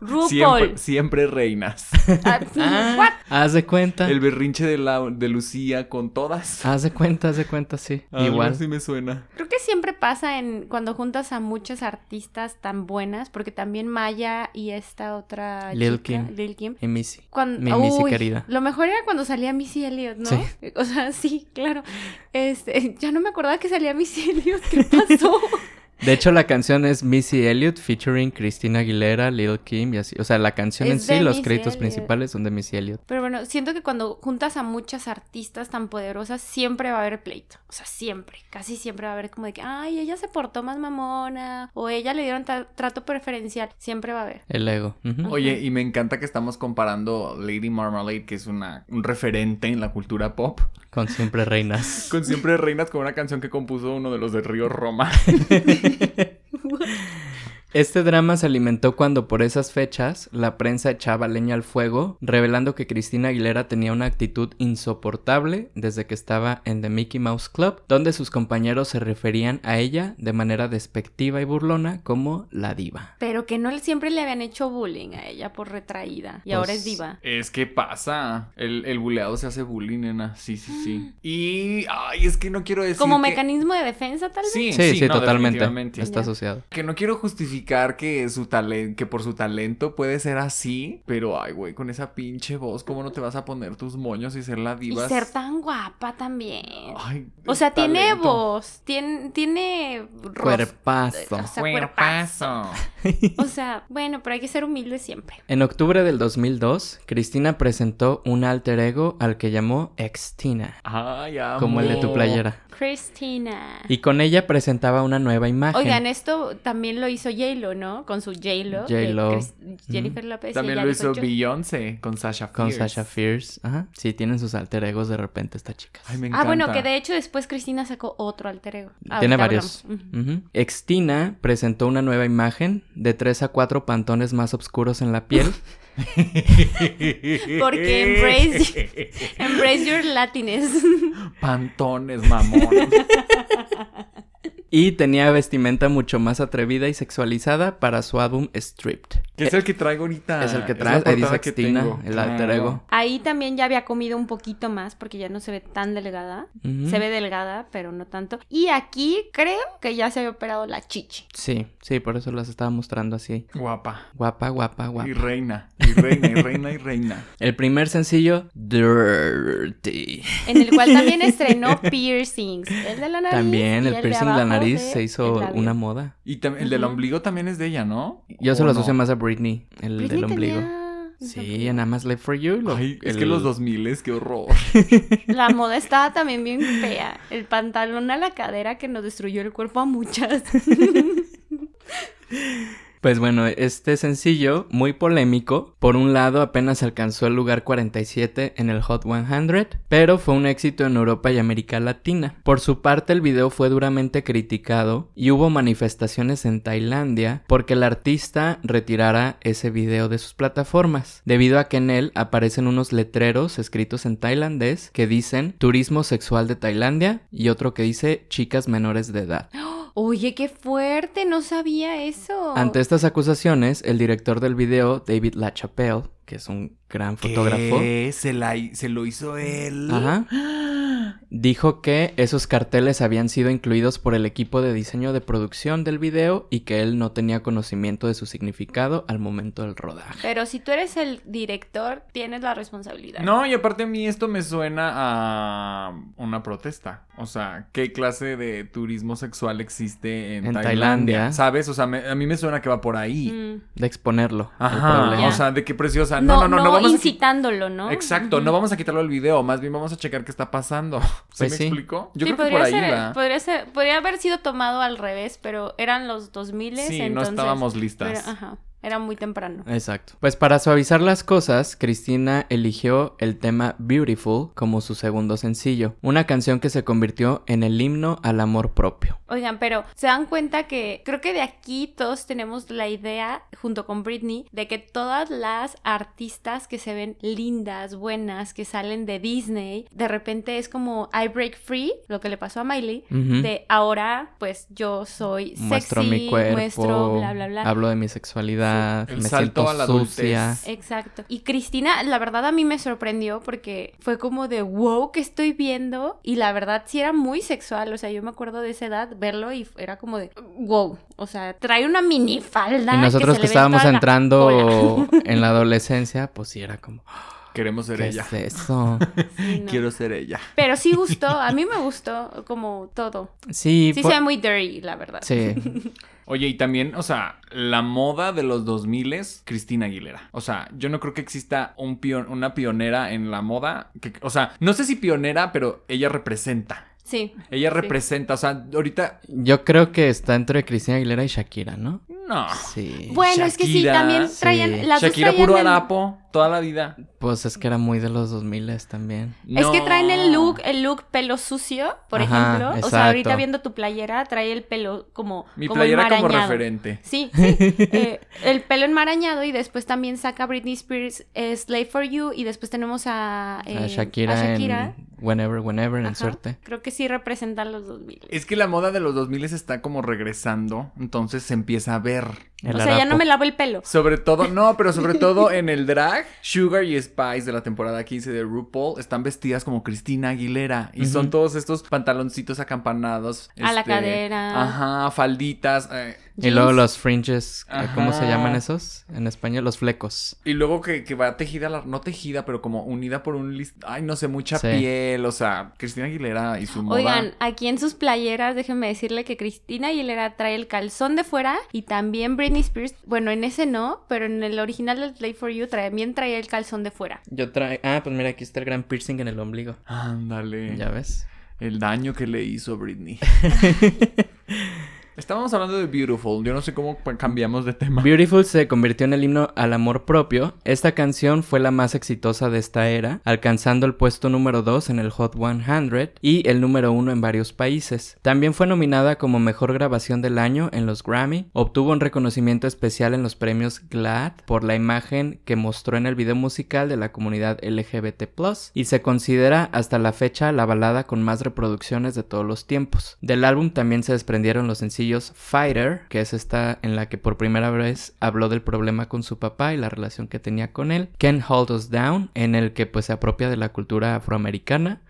RuPaul. Siempre, siempre reinas. Ah, what? Haz de cuenta. El berrinche de, la, de Lucía con todas. Ah, Haz de cuenta, haz de cuenta, sí. Ah, Igual. sí me suena. Creo que siempre pasa en cuando juntas a muchas artistas tan buenas, porque también Maya y esta otra Lil chica, Kim. Lil Kim. Y Missy. Cuando, Mi Missy uy, querida. Lo mejor era cuando salía Missy Elliot, ¿no? Sí. O sea, sí, claro. Este, ya no me acordaba que salía Missy Elliot. ¿Qué pasó? De hecho, la canción es Missy Elliott featuring Cristina Aguilera, Lil Kim y así. O sea, la canción Es en sí, de los Missy créditos Elliott. principales son de Missy Elliott. Pero bueno, siento que cuando juntas a muchas artistas tan poderosas, siempre va a haber pleito. O sea, siempre, casi siempre va a haber como de que, ay, ella se portó más mamona, o ella le dieron tra- trato preferencial. Siempre va a haber. El ego. Ujú. Oye, y me encanta que estamos comparando Lady Marmalade, que es una, un referente en la cultura pop, Con siempre reinas. con Siempre Reinas, con una canción que compuso uno de los de Río Roma. Este drama se alimentó cuando por esas fechas la prensa echaba leña al fuego, revelando que Cristina Aguilera tenía una actitud insoportable desde que estaba en The Mickey Mouse Club, donde sus compañeros se referían a ella de manera despectiva y burlona como la diva. Pero que no siempre le habían hecho bullying a ella por retraída. Y Pues, ahora es diva. Es que pasa. El, el buleado se hace bullying, nena. Sí, sí, sí. Y. Ay, es que no quiero decir. Como que- mecanismo de defensa, tal vez. Sí, Sí, sí, no, totalmente. definitivamente. Está asociado. Que no quiero justificar que su talento, que por su talento puede ser así, pero ay, güey, con esa pinche voz, ¿cómo no te vas a poner tus moños y ser la Y diva? ser tan guapa también. Ay, O sea, tiene talento. voz, tiene, tiene rostro, Cuerpazo. o sea, cuerpazo. Cuerpazo. O sea, bueno, pero hay que ser humilde siempre. En octubre del 2002, Cristina presentó un alter ego al que llamó Extina, Ay, amo. como el de tu playera. Cristina. Y con ella presentaba una nueva imagen. Oigan, esto también lo hizo J-Lo, ¿no? Con su J-Lo. que J.Lo. Chris- Jennifer López. También ella lo le hizo puso- Beyoncé con Sasha Con Fierce. Sasha Fierce. Ajá. Sí, tienen sus alter egos de repente estas chicas. Ay, me Ah, encanta. bueno, que de hecho después Cristina sacó otro alter ego. Tiene Ah, Ahorita varios. hablamos. Ujú. Ujú. Extina presentó una nueva imagen de tres a cuatro pantones más oscuros en la piel. Porque embrace, embrace your latines. Pantones, mamón. y tenía vestimenta mucho más atrevida y sexualizada para su álbum Stripped. Que es el que traigo ahorita. Es el que Ah, la trae Eddie portada que Sextina, tengo. el alter Claro. ego. Ahí también ya había comido un poquito más porque ya no se ve tan delgada. Ujú. Se ve delgada, pero no tanto. Y aquí creo que ya se había operado la chichi. Sí, sí, por eso las estaba mostrando así. Guapa. Guapa, guapa, guapa. Y reina. Y reina, y reina, y reina. El primer sencillo, Dirty. En el cual también estrenó piercings. El de la nariz. También y el de piercing de la abajo nariz de se el hizo labio. una moda. Y tam- el del Ujú. ombligo también es de ella, ¿no? Yo se ¿O lo Oh, no? asocio más a Britney, el Britney del ombligo. Pues tenía un Sí, ombligo. en nada más Live for You. lo- Ay, es el- que los 2000 es qué horror. La moda estaba también bien fea. El pantalón a la cadera que nos destruyó el cuerpo a muchas. Pues bueno, este sencillo, muy polémico, por un lado apenas alcanzó el lugar 47 en el Hot 100, pero fue un éxito en Europa y América Latina. Por su parte, el video fue duramente criticado y hubo manifestaciones en Tailandia porque el artista retirara ese video de sus plataformas, debido a que en él aparecen unos letreros escritos en tailandés que dicen turismo sexual de Tailandia y otro que dice chicas menores de edad. Oye, qué fuerte, no sabía eso. Ante estas acusaciones, el director del video, David LaChapelle, que es un gran fotógrafo, ¿Qué? Se, la hi- se lo hizo él. Ajá. dijo que esos carteles habían sido incluidos por el equipo de diseño de producción del video y que él no tenía conocimiento de su significado al momento del rodaje. Pero si tú eres el director, tienes la responsabilidad. No, y aparte a mí esto me suena a una protesta. O sea, ¿qué clase de turismo sexual existe en, En Tailandia? Tailandia. ¿Sabes? O sea, me- a mí me suena que va por ahí. Mm. De exponerlo. al Ajá. problema. O Ya. sea, de qué preciosa. No, no, no, no, vamos a qui- incitándolo, ¿no? Exacto, Ujú. no vamos a quitarlo del video, más bien vamos a checar qué está pasando. ¿Se Pues me sí. explicó? Yo Sí, creo que por ahí ser, va. podría ser- podría haber sido tomado al revés, pero eran los 2000 Sí, entonces. no estábamos listas. pero, ajá, era muy temprano. Exacto. Pues para suavizar las cosas, Cristina eligió el tema Beautiful como su segundo sencillo, una canción que se convirtió en el himno al amor propio. Oigan, pero se dan cuenta que creo que de aquí todos tenemos la idea, junto con Britney, de que todas las artistas que se ven lindas, buenas, que salen de Disney, de repente es como I break free, lo que le pasó a Miley. Ujú. De ahora, pues yo soy sexy, muestro mi cuerpo, muestro bla bla bla. hablo de mi sexualidad, Sí. El me salto siento a la sucia. adultez. Exacto. Y Cristina, la verdad a mí me sorprendió porque fue como de wow que estoy viendo y la verdad sí era muy sexual, o sea, yo me acuerdo de esa edad verlo y era como de wow, o sea, trae una minifalda. Y nosotros se que, le ve estábamos toda la entrando en la adolescencia, pues sí era como, Queremos ser ¿qué ella. es eso? cola. Sí, no. Quiero ser ella. Pero sí gustó, a mí me gustó como todo. Sí, Sí fue- se ve muy dirty, la verdad. sí. Oye, y también, o sea, la moda de los 2000 es Cristina Aguilera. O sea, yo no creo que exista un pion- una pionera en la moda. que- o sea, no sé si pionera, pero ella representa. Sí. Ella Sí. representa, o sea, ahorita... Yo creo que está entre Cristina Aguilera y Shakira, ¿no? No. Sí. Bueno, es que sí, Shakira, también sí. traían las dos Shakira traían puro el- harapo toda la vida. Pues es que era muy de los 2000 también. Es que No. traen el look, el look pelo sucio, por Ajá, ejemplo. O exacto. sea, ahorita viendo tu playera, trae el pelo como. Mi como playera como enmarañado. referente. Sí, sí. eh, el pelo enmarañado y después también saca Britney Spears eh, Slave for You y después tenemos a, eh, a Shakira, a Shakira. en Whenever, Whenever, en Ajá. suerte. Creo que sí representan los 2000. Es que la moda de los 2000 está como regresando, entonces se empieza a ver. El o sea, ya no harapo. me lavo el pelo. Sobre todo, no, pero sobre todo en el drag, Sugar y Spice de la temporada 15 de RuPaul están vestidas como Cristina Aguilera y son Ujú. todos estos pantaloncitos acampanados. A la este, cadera. Ajá, falditas. eh, Y luego Jeans. los fringes, eh, ¿cómo se Ajá. llaman esos? En español, los flecos. y luego que, que va tejida, la- no tejida, pero como unida por un list. Ay, no sé, mucha Sí. piel. O sea, Cristina Aguilera y su moda. Oigan, aquí en sus playeras, déjenme decirle que Cristina Aguilera trae el calzón de fuera y también Britney Spears, bueno, en ese no, pero en el original del Play for You también traía el calzón de fuera. Yo trae. Ah, pues mira, aquí está el gran piercing en el ombligo. Ándale. Ya ves. El daño que le hizo Britney. Estábamos hablando de Beautiful. Yo no sé cómo cambiamos de tema. Beautiful se convirtió en el himno al amor propio. Esta canción fue la más exitosa de esta era, alcanzando el puesto número 2 en el Hot 100 y el número 1 en varios países. También fue nominada como mejor grabación del año en los Grammy. Obtuvo un reconocimiento especial en los premios GLAAD por la imagen que mostró en el video musical de la comunidad LGBT+, y se considera hasta la fecha la balada con más reproducciones de todos los tiempos. Del álbum también se desprendieron los sencillos ellos Fighter, que es esta en la que por primera vez habló del problema con su papá y la relación que tenía con él. Can't Hold Us Down, en el que pues se apropia de la cultura afroamericana.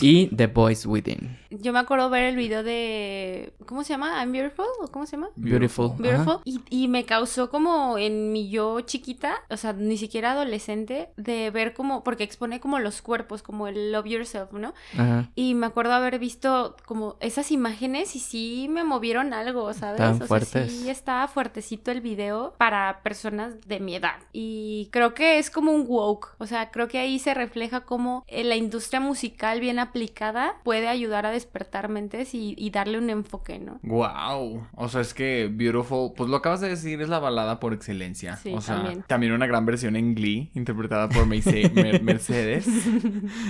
y The Voice Within. Yo me acuerdo ver el video de. ¿Cómo se llama? ¿I'm Beautiful? ¿O cómo se llama? Beautiful. ajá. Beautiful. Y, y me causó como en mi yo chiquita, o sea, ni siquiera adolescente, de ver como. Porque expone como los cuerpos, como el love yourself, ¿no? Ajá. Y me acuerdo haber visto como esas imágenes y sí me movieron algo, ¿sabes? Tan o sea, fuertes. sí estaba fuertecito el video para personas de mi edad. Y creo que es como un woke. O sea, creo que ahí se refleja cómo eh, la industria musical bien aplicada puede ayudar a despertar mentes y, y darle un enfoque, ¿no? Wow, o sea, es que Beautiful, pues lo acabas de decir, es la balada por excelencia. Sí, o sea, también. también. una gran versión en Glee, interpretada por Merce- Mer- Mercedes.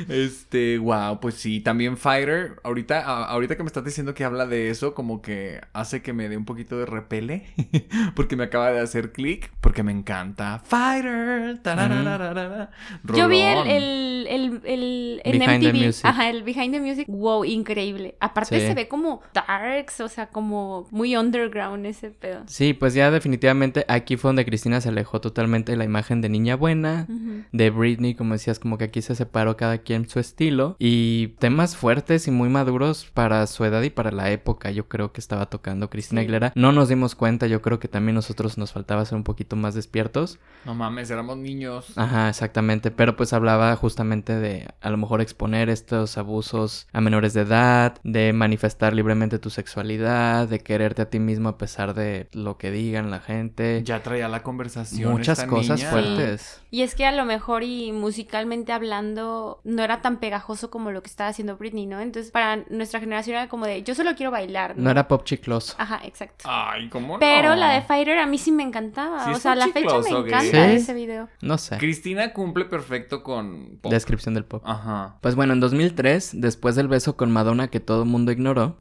Este, wow, pues sí, también Fighter, ahorita, a- ahorita que me estás diciendo que habla de eso, como que hace que me dé un poquito de repele, porque me acaba de hacer clic, porque me encanta. Fighter, tararararara. Yo vi el, Rolón. el, el, el- en Behind the MTV, Music. ajá, el Behind the Music, wow, increíble. Aparte Sí. se ve como darks, o sea, como muy underground ese pedo. Sí, pues ya definitivamente aquí fue donde Cristina se alejó totalmente de la imagen de niña buena, Ujú. de Britney, como decías, como que aquí se separó cada quien su estilo y temas fuertes y muy maduros para su edad y para la época. Yo creo que estaba tocando Cristina Sí. Aguilera. No nos dimos cuenta, yo creo que también nosotros nos faltaba ser un poquito más despiertos. No mames, éramos niños. Ajá, exactamente, pero pues hablaba justamente de a lo mejor exponer estos abusos a menores de edad, de manifestar libremente tu sexualidad, de quererte a ti mismo a pesar de lo que digan la gente. Ya traía la conversación. Muchas esta cosas niña. fuertes. Y es que a lo mejor y musicalmente hablando no era tan pegajoso como lo que estaba haciendo Britney, ¿no? Entonces para nuestra generación era como de yo solo quiero bailar, ¿no? No era pop chicloso. Ajá, exacto. Ay, ¿cómo no? Pero la de Fighter a mí sí me encantaba. Ah, Sí o está sea, a la fecha me chicloso, gay. encanta Sí. ese video. No sé. Cristina cumple perfecto con pop. Descripción del pop. Ajá. Pues bueno, en 2003, después del beso con Madonna que todo el mundo ignoró,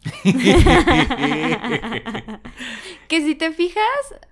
que si te fijas,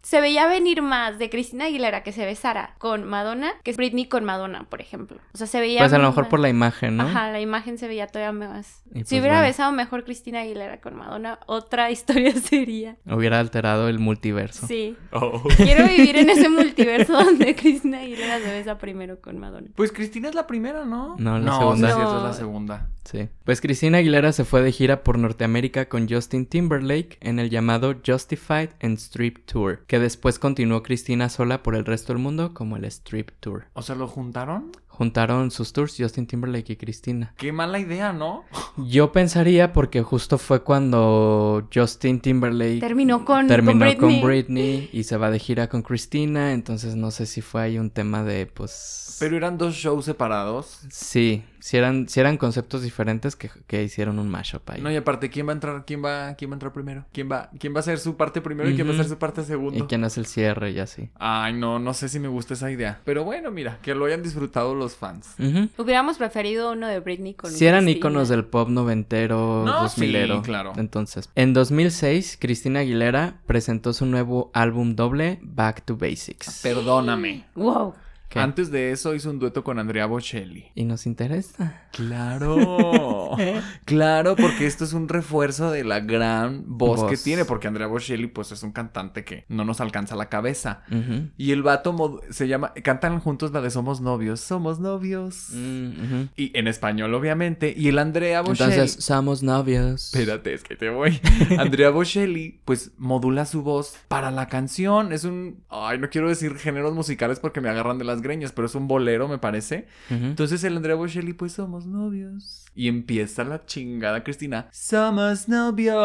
se veía venir más de Cristina Aguilera que se besara con Madonna que Britney con Madonna, por ejemplo. O sea, se veía. pues a lo mejor más- por la imagen, ¿no? Ajá, la imagen se veía todavía más. Y pues si hubiera bueno. besado mejor Cristina Aguilera con Madonna, otra historia sería. Hubiera alterado el multiverso. Sí. Oh. Quiero vivir en ese multiverso donde Cristina Aguilera se besa primero con Madonna. Pues Cristina es la primera, ¿no? No, la sí, segunda. es cierto, es No. la segunda. Sí. Pues Cristina Aguilera se fue de gira por Norteamérica con Justin Timberlake en el llamado Justified and Strip Tour, que después continuó Cristina sola por el resto del mundo como el Strip Tour. O sea, ¿lo juntaron? Juntaron sus tours Justin Timberlake y Cristina. Qué mala idea, ¿no? Yo pensaría porque justo fue cuando Justin Timberlake Terminó con, terminó con Britney. y se va de gira con Cristina, entonces no sé si fue ahí un tema de pues Pero eran dos shows separados. sí, si eran, si eran conceptos diferentes que, que hicieron un mashup ahí. No, y aparte, ¿quién va a entrar? ¿Quién va, quién va a entrar primero? ¿Quién va, quién va a hacer su parte primero y quién va a Ujú. hacer su parte segundo? y quién hace el cierre y así. Ay, no, no sé si me gusta esa idea. Pero bueno, mira, que lo hayan disfrutado los fans. Ujú. Hubiéramos preferido uno de Britney con Si eran Cristina. íconos del pop noventero, No, dos milero. sí, claro. Entonces, en 2006, Cristina Aguilera presentó su nuevo álbum doble, Back to Basics. Perdóname. Wow. ¿Qué? Ah, Antes de eso hizo un dueto con Andrea Bocelli. Y nos interesa. Claro, ¿Eh? claro, porque esto es un refuerzo de la gran voz, que Voz. tiene, porque Andrea Bocelli pues es un cantante que no nos alcanza la cabeza. Ujú. Y el vato mod- se llama, cantan juntos la de Somos Novios, Somos Novios. Mm, ujú. Y en español obviamente, y el Andrea Bocelli... Entonces, somos novios. Espérate, es que te voy. Andrea Bocelli, pues modula su voz para la canción. Es un. Ay, no quiero decir géneros musicales porque me agarran de las greñas, pero es un bolero, me parece. Ujú. Entonces el Andrea Bocelli, pues somos novios. Y empieza la chingada Cristina. Somos novios.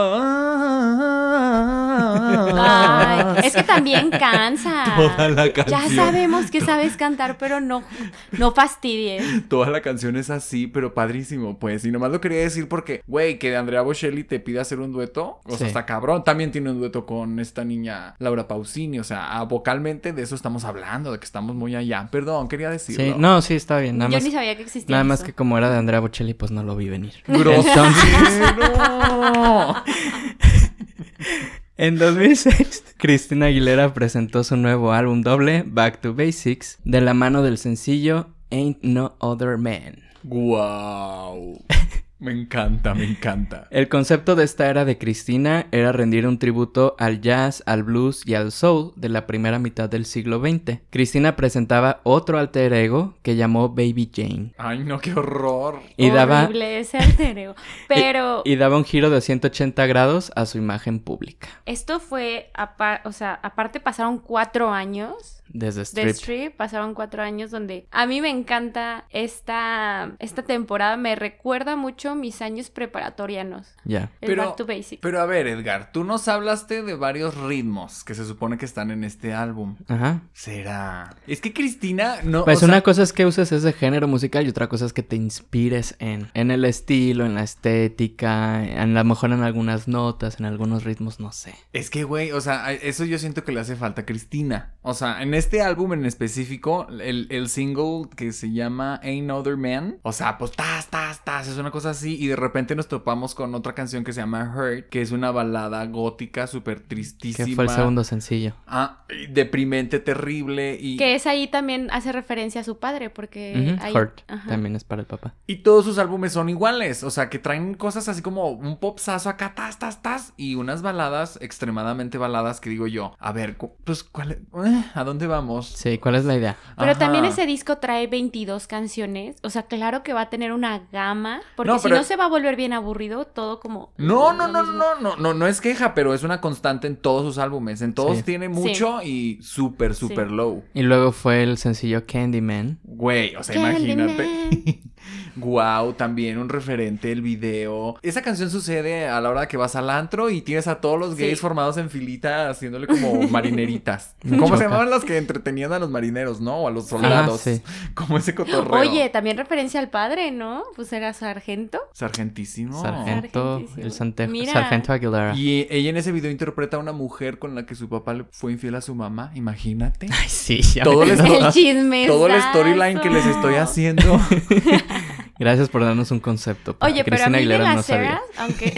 Ah. Ay, es que también cansa. Toda la canción. Ya sabemos que sabes cantar, pero no, no fastidies. Toda la canción es así, pero padrísimo, pues. Y nomás lo quería decir porque, güey, que Andrea Bocelli te pida hacer un dueto, o Sí. sea, está cabrón. También tiene un dueto con esta niña Laura Pausini, o sea, ah, vocalmente de eso estamos hablando, de que estamos muy allá. Perdón, quería decirlo. Sí, no, sí, está bien. Nada Yo más, ni sabía que existía. nada más eso. que como era de Andrea Bocelli, pues no lo vi venir. ¡Grosero! En 2006, Cristina Aguilera presentó su nuevo álbum doble, Back to Basics, de la mano del sencillo Ain't No Other Man. ¡Guau! Me encanta, me encanta. El concepto de esta era de Cristina era rendir un tributo al jazz, al blues y al soul de la primera mitad del siglo XX. Cristina presentaba otro alter ego que llamó Baby Jane Ay, no, qué horror. y daba, Horrible ese alter ego. Pero y daba un giro de 180 grados a su imagen pública. esto fue, apar- o sea, aparte pasaron cuatro años Desde de Strip. Strip, pasaron cuatro años donde a mí me encanta esta, esta temporada, me recuerda mucho mis años preparatorianos, Ya. el Pero- Back to Basic. Pero a ver, Edgar, tú nos hablaste de varios ritmos que se supone que están en este álbum. Ajá. ¿Será? Es que Cristina no. Pues o sea, una cosa es que uses ese género musical y otra cosa es que te inspires en, en el estilo, en la estética, en, a lo mejor en algunas notas, en algunos ritmos, no sé. Es que, güey, o sea, a- eso yo siento que le hace falta a Cristina. O sea, en este álbum en específico, el, el single que se llama Ain't Other Man, o sea, pues tas, tas, tas, es una cosa así. Y de repente nos topamos con otra canción que se llama Hurt, que es una balada gótica súper tristísima. Que fue el segundo sencillo. Ah, y deprimente, terrible. Y, Que es ahí también hace referencia a su padre, porque Ujú, ahí- Hurt Eh, ajá. también es para el papá. y todos sus álbumes son iguales. O sea, que traen cosas así como un popsazo acá, tas, tas, tas. Y unas baladas, extremadamente baladas, que digo yo, a ver, cu- pues, ¿cuál, eh, ¿a dónde vamos? Sí, ¿cuál es la idea? Pero también Ajá. ese disco trae 22 canciones, o sea, claro que va a tener una gama, porque No, si pero- no se va a volver bien aburrido, todo como... No, no, lo no, no, mismo. no, no, no, no es queja, pero es una constante en todos sus álbumes. En todos Sí. tiene mucho y súper, Sí. súper low. Y luego fue el sencillo Candyman. Güey, o sea, Candyman. imagínate. Wow, también un referente el video. Esa canción sucede a la hora que vas al antro y tienes a todos los gays Sí. formados en filita haciéndole como marineritas. Me ¿Cómo se choca. llamaban las que entretenían a los marineros, no? O a los soldados. sí. Como ese cotorreo. Oye, también referencia al padre, ¿no? Pues era sargento. Sargentísimo. Sargento, Sargentísimo. el sante- Mira. Sargento Aguilera. Y ella en ese video interpreta a una mujer con la que su papá le fue infiel a su mamá, imagínate. Ay, sí, ya Todo me- el El chisme. Todo el storyline que les estoy haciendo. Gracias por darnos un concepto. pa- Oye, pero a Cristina mí Aguilera de no las sabía. eras, aunque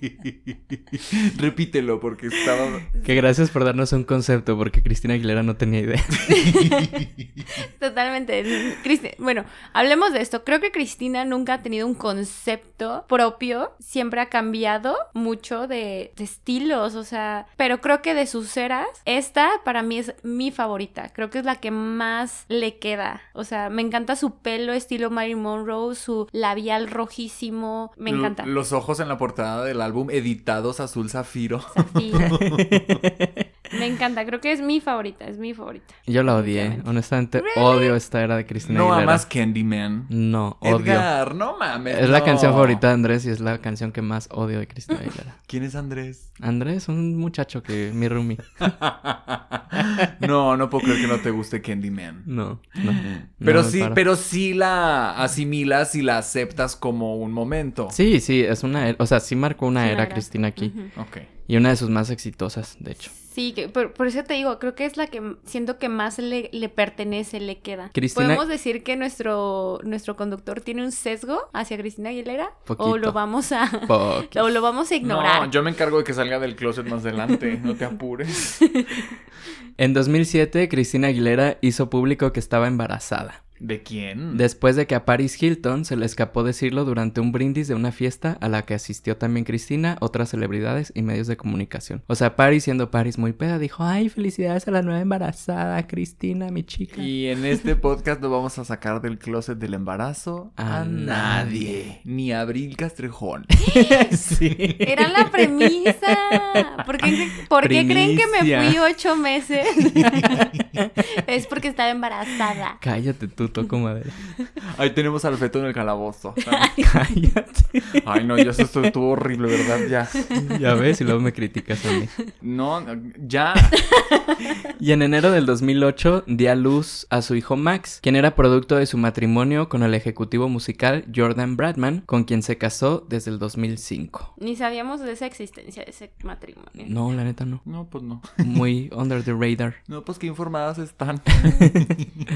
Repítelo porque estaba... Que gracias por darnos un concepto porque Cristina Aguilera no tenía idea. totalmente. Cristi- Bueno, hablemos de esto. Creo que Cristina nunca ha tenido un concepto propio. Siempre ha cambiado mucho de, de estilos, o sea, pero creo que de sus eras, esta para mí es mi favorita. Creo que es la que más le queda. O sea, me encanta su pelo estilo Marilyn Monroe, su labial rojísimo. Me L- encanta. Los ojos en la portada del álbum editados azul zafiro. Zafira. Me encanta, creo que es mi favorita, es mi favorita. Yo la odié. Honestamente, odio esta Pues era de Cristina No Aguilera. amas Candyman. No, odio. Edgar, no mames. Es la no. canción favorita de Andrés y es la canción que más odio de Cristina Aguilera. ¿Quién es Andrés? Andrés, un muchacho que mi roomie. No, no puedo creer que no te guste Candyman. No, no. Pero no me sí, paro. pero sí la asimilas y la aceptas como un momento. Sí, sí, es una era- O sea, sí marcó una Sí, era la Cristina aquí. Ujú. Ok. Y una de sus más exitosas, de hecho. Sí, que- por, por eso te digo, creo que es la que m- siento que más le, le pertenece, le queda. Cristina- ¿Podemos decir que nuestro, nuestro conductor tiene un sesgo hacia Cristina Aguilera? Poquito. ¿O lo vamos a... Poquito. o lo vamos a ignorar? No, yo me encargo de que salga del closet más adelante. No te apures. En 2007, Cristina Aguilera hizo público que estaba embarazada. ¿De quién? Después de que a Paris Hilton se le escapó decirlo durante un brindis de una fiesta a la que asistió también Cristina, otras celebridades y medios de comunicación. O sea, Paris siendo Paris muy peda dijo, ay, felicidades a la nueva embarazada, Cristina, mi chica. Y en este podcast no vamos a sacar del closet del embarazo a, A nadie. Ni a Abril Castrejón. sí. Era la premisa. ¿Por qué, por qué creen que me fui Primicia. ocho meses? es porque estaba embarazada. Cállate tú, toco madera. Ahí tenemos al feto en el calabozo. Cállate. Ay, no, ya eso estuvo- estuvo horrible, ¿verdad? Ya. Ya ves, y luego me criticas a mí. No, ya. Y en enero del 2008 di a luz a su hijo Max, quien era producto de su matrimonio con el ejecutivo musical Jordan Bradman, con quien se casó desde el 2005. Ni sabíamos de esa existencia, de ese matrimonio. No, la neta no. No, pues no. Muy under the radar. No, pues qué informadas están.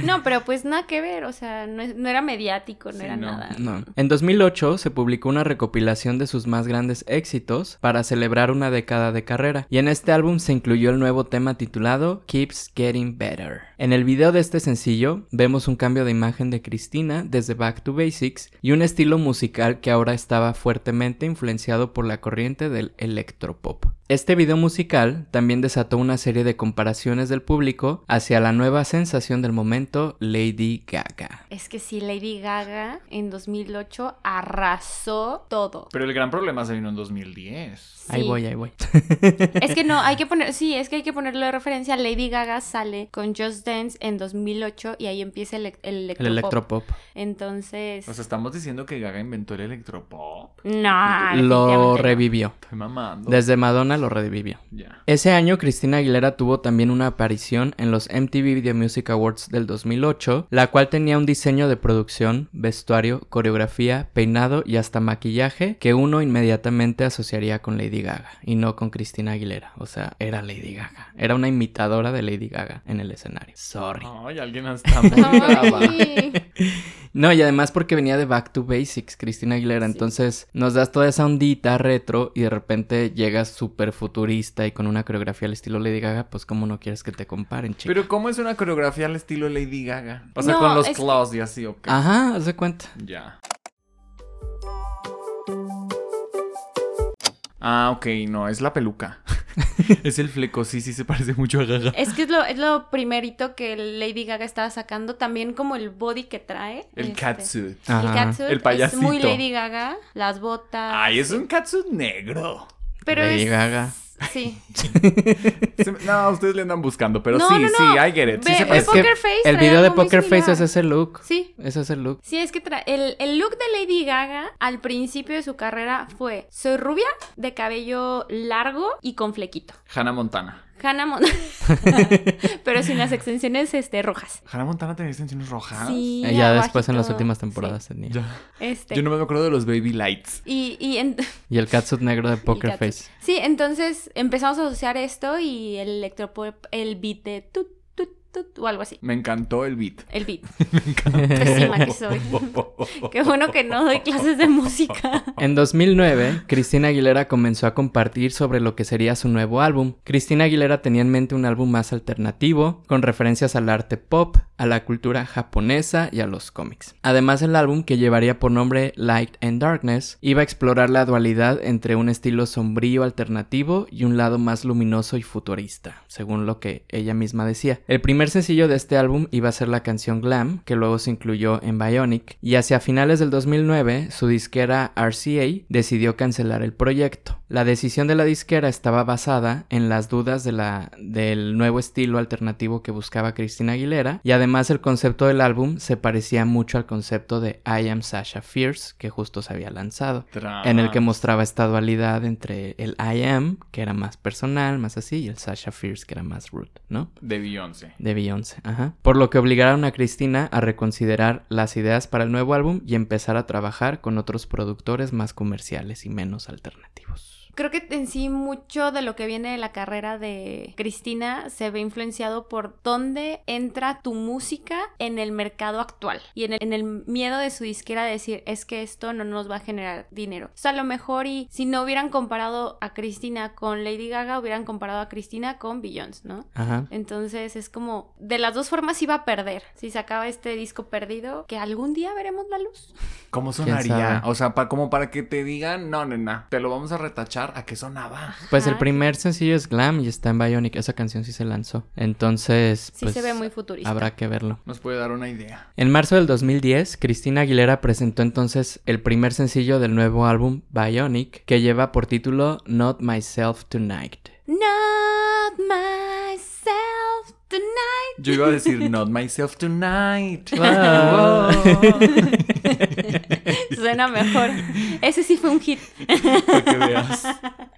No, pero pues nada que ver, o sea, no, es- no era mediático, no Sí, era no, nada. No. En 2008 se publicó una recopilación de sus más grandes éxitos para celebrar una década de carrera, y en este álbum se incluyó el nuevo tema titulado Keeps Getting Better. En el video de este sencillo vemos un cambio de imagen de Cristina desde Back to Basics y un estilo musical que ahora estaba fuertemente influenciado por la corriente del electropop. Este video musical también desató una serie de comparaciones del público hacia la nueva sensación del momento, Lady Gaga. Es que sí, Lady Gaga en 2008 arrasó todo. Pero el gran problema se vino en 2010. Ahí Sí. voy, ahí voy. Es que no, hay que poner, sí, es que hay que ponerlo de referencia. Lady Gaga sale con Just Dance en 2008 y ahí empieza el, el electropop. El electropop. Entonces, O sea, estamos diciendo que Gaga inventó el electropop. no, lo Ah, definitivamente no. revivió. Estoy mamando. Desde Madonna lo revivió. Ya. Ese año, Cristina Aguilera tuvo también una aparición en los MTV Video Music Awards del 2008, la cual tenía un diseño de producción, vestuario, coreografía, peinado y hasta maquillaje que uno inmediatamente asociaría con Lady Gaga y no con Cristina Aguilera. O sea, era Lady Gaga. Era una imitadora de Lady Gaga en el escenario. Sorry. Ay, alguien hasta muy brava. Ay, No, y además porque venía de Back to Basics, Cristina Aguilera. Sí. Entonces nos das toda esa ondita retro y de repente llegas súper futurista y con una coreografía al estilo Lady Gaga, pues cómo no quieres que te comparen, chico. Pero ¿cómo es una coreografía al estilo Lady Gaga? O sea, No, con los es que- claws y así, ok. Ajá, haz de cuenta. Ya. Ah, ok, no, es la peluca. es el fleco, sí, sí se parece mucho a Gaga. es que es lo, es lo primerito que Lady Gaga estaba sacando, también como el body que trae. El este, catsuit. El Ajá. catsuit El es muy payasito. Lady Gaga, las botas. Ay, es un catsuit negro. pero Lady es- Gaga. Sí. Se- No, ustedes le andan buscando, pero No, sí, no, sí, no. I get it. Sí Ve- se ve parece. Es que Poker Face el trae video de algo muy Poker Face similar. es ese look. Sí. Es ese look. Sí, es que tra- el, el look de Lady Gaga al principio de su carrera fue soy rubia, de cabello largo y con flequito. Hannah Montana. Hannah Mon- pero sin las extensiones este, rojas. Hannah Montana tenía extensiones rojas. Sí, Eh, ya después en las abajito. últimas temporadas tenía. Ya. Sí, este. Yo no me acuerdo de los baby lights. Y, y en- Y el catsuit negro de Poker catsuit. Face. sí, entonces empezamos a asociar esto y el electropop, el beat de tut, tut, tut, o algo así. Me encantó el beat. El beat. Pésima que soy. Qué bueno que no doy clases de música. En 2009, Cristina Aguilera comenzó a compartir sobre lo que sería su nuevo álbum. Cristina Aguilera tenía en mente un álbum más alternativo, con referencias al arte pop, a la cultura japonesa y a los cómics. Además, el álbum, que llevaría por nombre Light and Darkness, iba a explorar la dualidad entre un estilo sombrío alternativo y un lado más luminoso y futurista, según lo que ella misma decía. El primer sencillo de este álbum iba a ser la canción Glam, que luego se incluyó en Bionic, y hacia finales del 2009 su disquera RCA decidió cancelar el proyecto. La decisión de la disquera estaba basada en las dudas de la, del nuevo estilo alternativo que buscaba Cristina Aguilera, y además el concepto del álbum se parecía mucho al concepto de I Am Sasha Fierce que justo se había lanzado en Ah. el que mostraba esta dualidad entre el I am, que era más personal, más así, y el Sasha Fierce, que era más rude, ¿no? De Beyoncé. De Beyoncé, ajá. Por lo que obligaron a Cristina a reconsiderar las ideas para el nuevo álbum y empezar a trabajar con otros productores más comerciales y menos alternativos. Creo que en sí mucho de lo que viene de la carrera de Cristina se ve influenciado por dónde entra tu música en el mercado actual y en el, en el miedo de su disquera de decir es que esto no nos va a generar dinero. O sea, a lo mejor y si no hubieran comparado a Cristina con Lady Gaga, hubieran comparado a Cristina con Beyoncé, ¿no? Ajá. Entonces es como, de las dos formas iba a perder. Si sacaba este disco perdido, que algún día veremos la luz. ¿Cómo ¿Quién sonaría? sabe? O sea, pa- como para que te digan, no, nena, te lo vamos a retachar. ¿A qué sonaba? Pues el Ajá. primer sencillo es Glam y está en Bionic. Esa canción sí se lanzó. Entonces, Sí pues, se ve muy futurista. habrá que verlo. Nos puede dar una idea. En marzo del 2010, Cristina Aguilera presentó entonces el primer sencillo del nuevo álbum Bionic, que lleva por título Not Myself Tonight. Not myself tonight. Yo iba a decir, not myself tonight. Wow. Suena mejor. Ese sí fue un hit. Para que veas.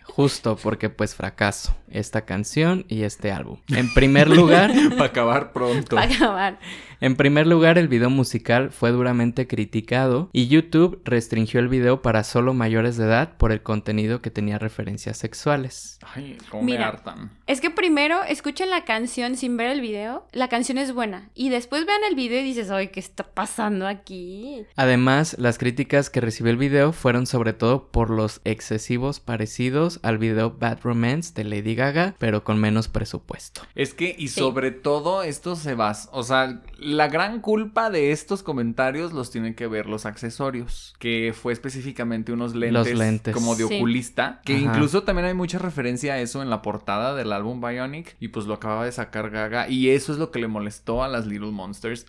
Justo porque pues fracaso esta canción y este álbum. En primer lugar, Para acabar pronto. Para acabar. en primer lugar el video musical fue duramente criticado y YouTube restringió el video para solo mayores de edad por el contenido que tenía referencias sexuales. Ay, cómo me Mira. hartan. Es que primero escuchen la canción sin ver el video. La canción es buena. Y después vean el video y dices, ay, ¿qué está pasando aquí? Además, las críticas que recibió el video fueron sobre todo por los excesivos parecidos al video Bad Romance de Lady Gaga, pero con menos presupuesto. Es que, y sobre todo, esto se basa. O sea, la gran culpa de estos comentarios los tienen que ver los accesorios. Que fue específicamente unos lentes, Los lentes. como de Sí. oculista. Que Ajá. incluso también hay mucha referencia a eso en la portada del álbum Bionic. Y pues lo acababa de sacar Gaga. Y eso es lo que le molestó a las Little Monsters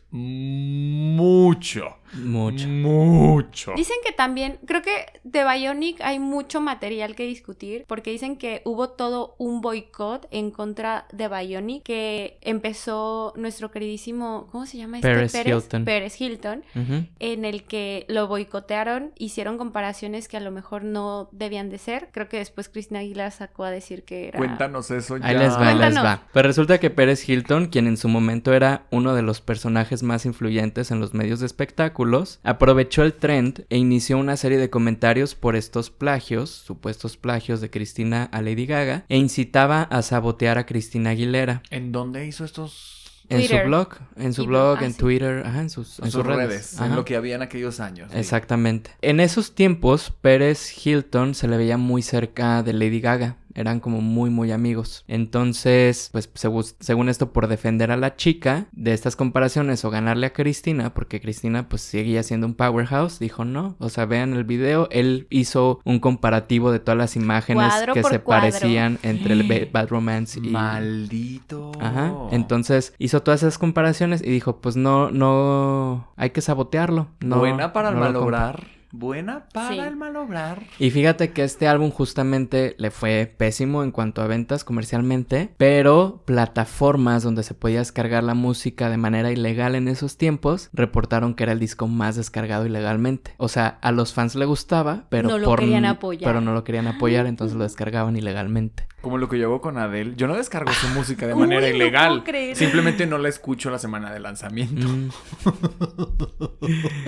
mucho. Mucho. Mucho. Dicen que también, creo que de Bionic hay mucho material que discutir, porque dicen que hubo todo un boicot en contra de Bionic que empezó nuestro queridísimo, ¿cómo se llama este? Pérez Hilton. Pérez Hilton, Ujú. en el que lo boicotearon, hicieron comparaciones que a lo mejor no debían de ser. Creo que después Cristina Aguilar sacó a decir que era... Cuéntanos eso ya. Ahí les va, ahí les Cuéntanos. va. Pues resulta que Pérez Hilton, quien en su momento era uno de los personajes más influyentes en los medios de espectáculos, aprovechó el trend e inició una serie de comentarios por estos plagios, supuestos plagios de Cristina a Lady Gaga, e incitaba a sabotear a Cristina Aguilera. ¿En dónde hizo estos? En su Twitter. blog, en su Y- blog, ah, en sí. Twitter, ajá, en sus, en En sus redes, en ajá. lo que había en aquellos años. sí. Exactamente. En esos tiempos, Pérez Hilton se le veía muy cerca de Lady Gaga. Eran como muy, muy amigos. Entonces, pues segu- según esto, por defender a la chica de estas comparaciones o ganarle a Cristina, porque Cristina pues seguía siendo un powerhouse, dijo no. O sea, vean el video. Él hizo un comparativo de todas las imágenes Cuadro que por se cuadro. parecían entre el Ba- Bad Romance y... Maldito. Ajá. Entonces hizo todas esas comparaciones y dijo, pues no, no, hay que sabotearlo. No, buena para el no lo compro". malobrar. Buena para Sí. el malobrar. Y fíjate que este álbum justamente le fue pésimo en cuanto a ventas comercialmente, pero plataformas donde se podía descargar la música de manera ilegal en esos tiempos reportaron que era el disco más descargado ilegalmente. O sea, a los fans le gustaba, pero No lo por- querían apoyar. Pero no lo querían apoyar, entonces lo descargaban ilegalmente. Como lo que yo hago con Adele. Yo no descargo su música de Uy, manera no puedo ilegal. creer. Simplemente no la escucho la semana de lanzamiento. Mm,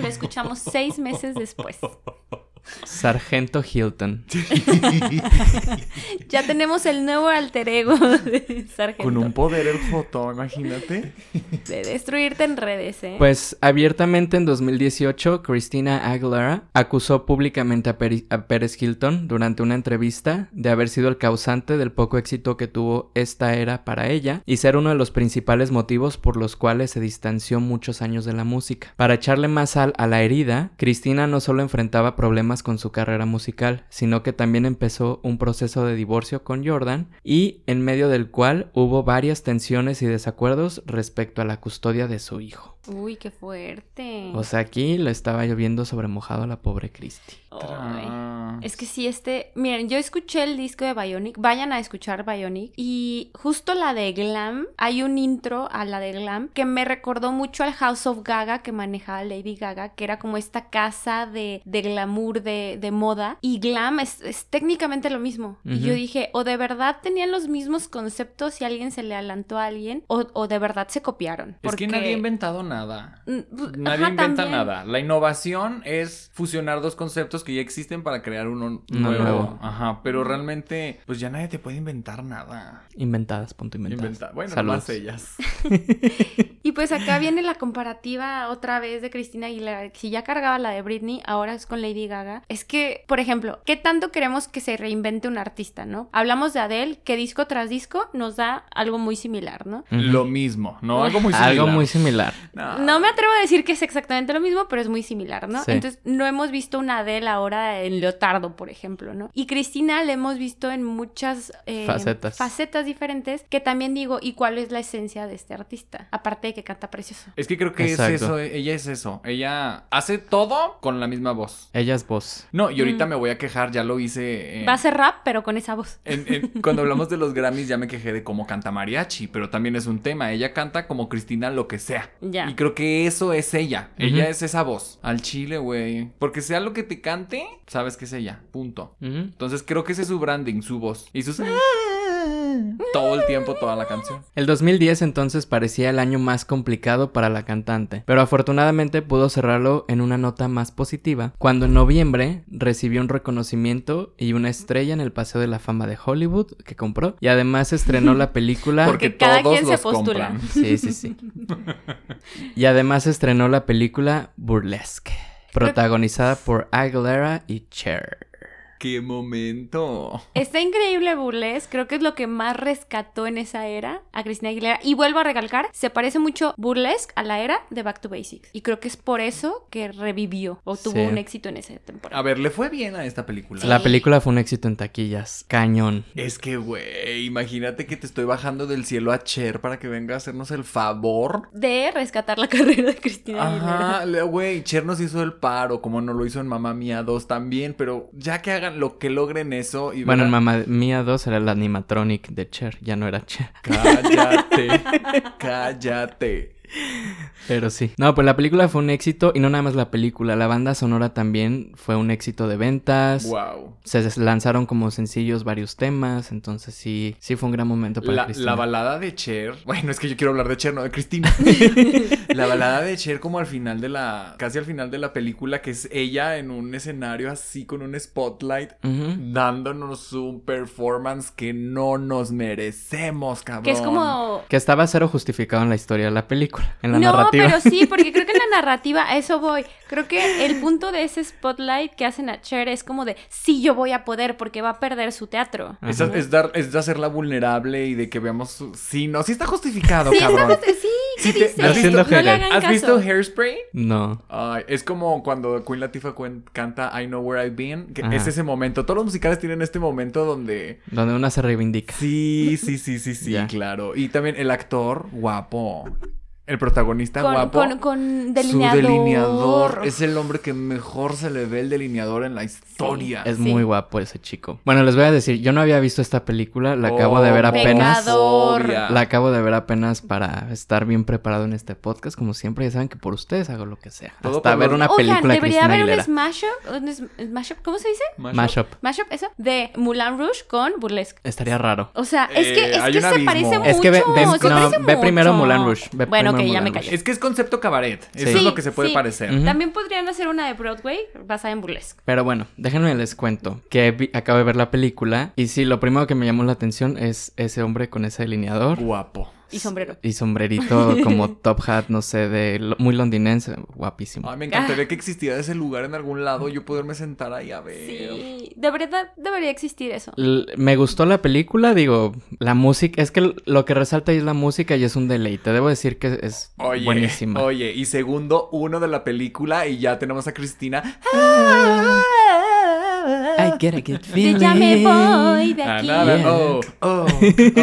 Lo escuchamos seis meses después. Sargento Hilton. Ya tenemos el nuevo alter ego de Sargento. Con un poder el foto, imagínate. De destruirte en redes, ¿eh? Pues abiertamente en 2018, Christina Aguilera acusó públicamente a, Peri- a Pérez Hilton durante una entrevista de haber sido el causante del poco éxito que tuvo esta era para ella y ser uno de los principales motivos por los cuales se distanció muchos años de la música. Para echarle más sal a la herida, Christina no solo enfrentaba problemas con su carrera musical, sino que también empezó un proceso de divorcio con Jordan y en medio del cual hubo varias tensiones y desacuerdos respecto a la custodia de su hijo. Uy, qué fuerte. O sea, aquí le estaba lloviendo sobre mojado a la pobre Christie. Ay. Es que sí, este. Miren, yo escuché el disco de Bionic. Vayan a escuchar Bionic. Y justo la de Glam, hay un intro a la de Glam que me recordó mucho al House of Gaga que manejaba Lady Gaga, que era como esta casa de, de glamour, de, de moda. Y Glam es, es técnicamente lo mismo. Y yo Ujú. dije, o de verdad tenían los mismos conceptos y alguien se le adelantó a alguien, o, o de verdad se copiaron. Es que nadie ha inventado nada. Mm, pues, Nadie ajá, inventa también. nada. La innovación es fusionar dos conceptos que ya existen para crear uno Uno nuevo. nuevo. Ajá, pero realmente, pues ya nadie te puede inventar nada. Inventadas, punto inventadas. Inventa- Bueno, Saludos. más ellas. Y pues acá viene la comparativa otra vez de Cristina Aguilera. Si ya cargaba la de Britney, ahora es con Lady Gaga. Es que, por ejemplo, ¿qué tanto queremos que se reinvente un artista, no? Hablamos de Adele, que disco tras disco nos da algo muy similar, ¿no? Ujú. Lo mismo, ¿no? Algo muy similar. Algo muy similar. No. No me atrevo a decir que es exactamente lo mismo, pero es muy similar, ¿no? Sí. Entonces, no hemos visto una Adele ahora en Leotardo, por ejemplo, ¿no? Y Cristina la hemos visto en muchas eh, Facetas. facetas diferentes, que también digo, ¿y cuál es la esencia de este artista? Aparte cantante que canta precioso. Es que creo que Exacto. es eso, ella es eso. Ella hace todo con la misma voz. Ella es voz. No, y ahorita Mm. me voy a quejar, ya lo hice. en- Va a ser rap, pero con esa voz. en- en- cuando hablamos de los Grammys ya me quejé de cómo canta mariachi, pero también es un tema. Ella canta como Cristina lo que sea. Ya. Y creo que eso es ella. Ujú. Ella es esa voz. Al chile, güey. Porque sea lo que te cante, sabes que es ella. Punto. Ujú. Entonces creo que ese es su branding, su voz. Y sus... Mm. Todo el tiempo, toda la canción. El 2010 entonces parecía el año más complicado para la cantante, pero afortunadamente pudo cerrarlo en una nota más positiva, cuando en noviembre recibió un reconocimiento y una estrella en el Paseo de la Fama de Hollywood que compró, y además estrenó la película... Porque Porque cada todos quien se los postula. compran. Sí, sí, sí. Y además estrenó la película Burlesque, protagonizada por Aguilera y Cher. ¡Qué momento! Está increíble Burles, creo que es lo que más rescató en esa era a Cristina Aguilera. Y vuelvo a recalcar, se parece mucho Burlesque a la era de Back to Basics. Y creo que es por eso que revivió o tuvo Sí. un éxito en esa A temporada. ver, le fue bien a esta película. La película fue un éxito en taquillas, cañón. Es que, güey, imagínate que te estoy bajando del cielo a Cher para que venga a hacernos el favor. De rescatar la carrera de Cristina Aguilera. Ajá, le- güey, Cher nos hizo el paro, como no lo hizo en Mamá Mía 2 también, pero ya que hagan lo que logren eso y Bueno, en verán- Mamma Mía 2 era el animatronic de Cher, ya no era Cher, Cállate, cállate. pero sí. No, pues la película fue un éxito y no nada más la película, la banda sonora también fue un éxito de ventas. Wow. Se des- lanzaron como sencillos varios temas, entonces sí, sí fue un gran momento para La, Cristina. la balada de Cher. Bueno, es que yo quiero hablar de Cher, no de Cristina. la balada de Cher, como al final de la. casi al final de la película, que es ella en un escenario así con un spotlight. Ujú. Dándonos un performance que no nos merecemos, cabrón. Que es como... Que estaba cero justificado en la historia de la película, en la no, narrativa. pero sí, porque creo que en la narrativa a eso voy. Creo que el punto de ese spotlight que hacen a Cher es como de, sí, yo voy a poder porque va a perder su teatro. Es, es dar, es de hacerla vulnerable y de que veamos. su- Sí, no, sí está justificado, Sí, cabrón. esta- sí, ¿qué Sí te- dice? ¿has visto- No le hagan ¿Has caso. visto Hairspray? No. Ay, es como cuando Queen Latifah cuen- canta I Know Where I've Been, que Ajá. es ese momento. Todos los musicales tienen este momento donde... Donde una se reivindica. Sí, sí, sí, sí, sí, Ya. claro. Y también el actor guapo. El protagonista con, guapo. con, con Su delineador. delineador. Es el hombre que mejor se le ve el delineador en la historia. Es Sí. muy guapo ese chico. Bueno, les voy a decir, yo no había visto esta película, la acabo de ver Oh, apenas. Pecador. Homofobia. La acabo de ver apenas para estar bien preparado en este podcast. Como siempre, ya saben que por ustedes hago lo que sea. Todo Hasta por ver los- una Oigan, película de debería Cristina haber un Aguilera. smash-up, un sm- smash-up, ¿cómo se dice? Mashup. Mashup, eso, de Moulin Rouge con Burlesque. Estaría raro. O sea, es que, Eh, es hay que un se abismo. parece mucho. Es que ve- ve- se no, parece ve primero mucho. Moulin Rouge, ve bueno, ok, primero ya me Moulin callo. Es que es concepto cabaret. Eso Sí. es lo que se puede Sí. parecer. Ujú. También podrían hacer una de Broadway basada en Burlesque. Pero bueno, déjenme les cuento que vi- acabo de ver la película. Y sí, lo primero que me llamó la atención es ese hombre con ese delineador. Guapo. Y sombrero. Y sombrerito como top hat, no sé, de lo- muy londinense. Guapísimo. Ay, Ah, me Ah. encantaría que existiera ese lugar en algún lado, yo poderme sentar ahí a ver. Sí, de verdad debería existir eso. L- me gustó la película, digo, la música, es que l- lo que resalta ahí es la música y es un deleite. Debo decir que es Oye, buenísima. oye, y segundo uno de la película y ya tenemos a Cristina. I get a good De ya me voy de aquí. Another- Yeah. oh, oh,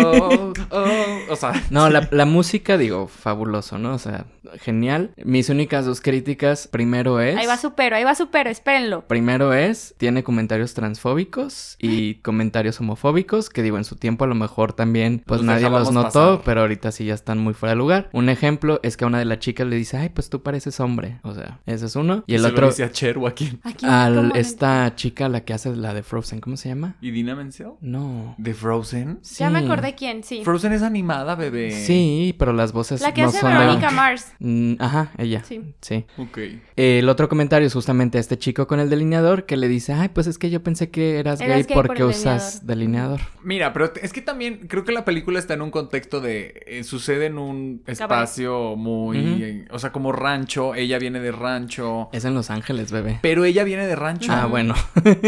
oh, oh. O sea, No, la, la música, digo, fabuloso, ¿no? O sea, genial. Mis únicas dos críticas, primero es... Ahí va supero, ahí va supero, espérenlo. Primero es, tiene comentarios transfóbicos y comentarios homofóbicos, que digo, en su tiempo a lo mejor también, pues Los nadie los dejábamos notó, pasar. pero ahorita sí ya están muy fuera de lugar. Un ejemplo es que a una de las chicas le dice, ay, pues tú pareces hombre, o sea, ese es uno. Y el se lo otro, dice a Cher o a quién. Aquí, al, ¿cómo? esta chica, la que hace la de Frozen, ¿cómo se llama? ¿Y Dina Menzel? No. ¿De Frozen? Ya me Sí. Eh, acordé quién, sí. Frozen es animada, bebé. Sí, pero las voces La que no hace son... Verónica Mars. Mm, Ajá, ella. Sí. sí. Ok. El otro comentario es justamente a este chico con el delineador que le dice, ay, pues es que yo pensé que eras, Eras gay, gay por porque el usas delineador. Mira, pero es que también creo que la película está en un contexto de. eh, sucede en un espacio muy. Ujú. eh, o sea, como rancho. Ella viene de rancho. Es en Los Ángeles, bebé. Pero ella viene de rancho. Ah, bueno.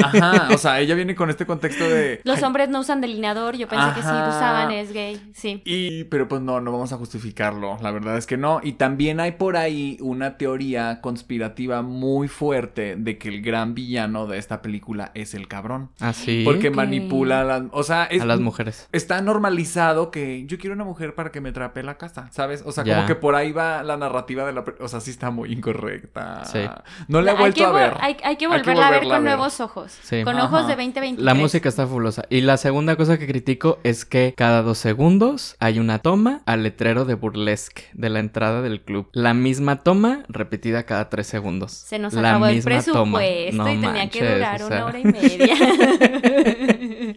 Ajá, o sea, ella viene con este contexto de... Los Ay, hombres no usan delineador, yo pensé que sí lo Ajá. usaban, es gay, sí. Y, Sí, pero pues no, no vamos a justificarlo, la verdad es que no. Y también hay por ahí una teoría conspirativa muy fuerte de que el gran villano de esta película es el cabrón. Así. Porque manipula a las... O sea, es, Ah, a las mujeres. está normalizado que yo quiero una mujer para que me trape la casa, ¿sabes? O sea, Ya. como que por ahí va la narrativa de la... pe- O sea, sí está muy incorrecta. Sí. No la he Hay vuelto que a vol- ver. Hay, hay que Hay que volverla a ver volverla a con ver. nuevos ojos. Sí. Con Ajá. ojos de 2023. La música está fabulosa. Y la segunda cosa que critico es que cada dos segundos hay una toma al letrero de burlesque de la entrada del club. La misma toma repetida cada tres segundos. Se nos La acabó el misma presupuesto toma. y No tenía que manches, durar o sea. una hora y media.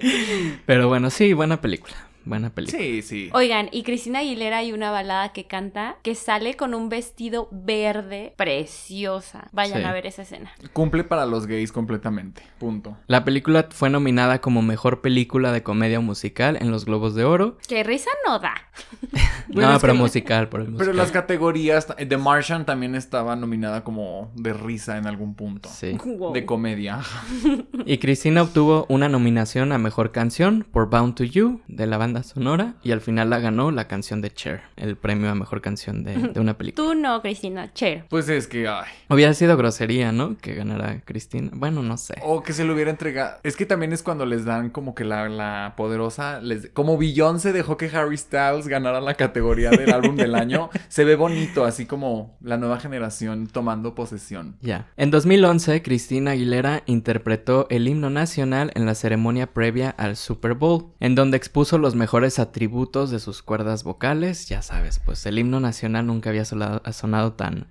Pero bueno, sí, buena película. Buena película. Sí, sí. Oigan, y Cristina Aguilera hay una balada que canta que sale con un vestido verde preciosa. Vayan Sí. a ver esa escena. Cumple para los gays completamente. Punto. La película fue nominada como mejor película de comedia musical en los Globos de Oro. Que risa no da. Bueno, no, es pero que- musical, por el Pero musical. las categorías, eh, The Martian también estaba nominada como de risa en algún punto. Sí. Wow. De comedia. Y Cristina obtuvo una nominación a mejor canción por Bound to You de la banda sonora y al final la ganó la canción de Cher, el premio a mejor canción de, de una película. Tú no, Cristina. Cher. Pues es que, ay. Hubiera sido grosería, ¿no? Que ganara Cristina. Bueno, no sé. O que se lo hubiera entregado. Es que también es cuando les dan como que la, la poderosa. Les... Como Beyoncé dejó que Harry Styles ganara la categoría del álbum del año, se ve bonito, así como la nueva generación tomando posesión. Ya. En 2011, Cristina Aguilera interpretó el himno nacional en la ceremonia previa al Super Bowl, en donde expuso los mejores atributos de sus cuerdas vocales. Ya sabes, pues el himno nacional nunca había solado- ha sonado tan...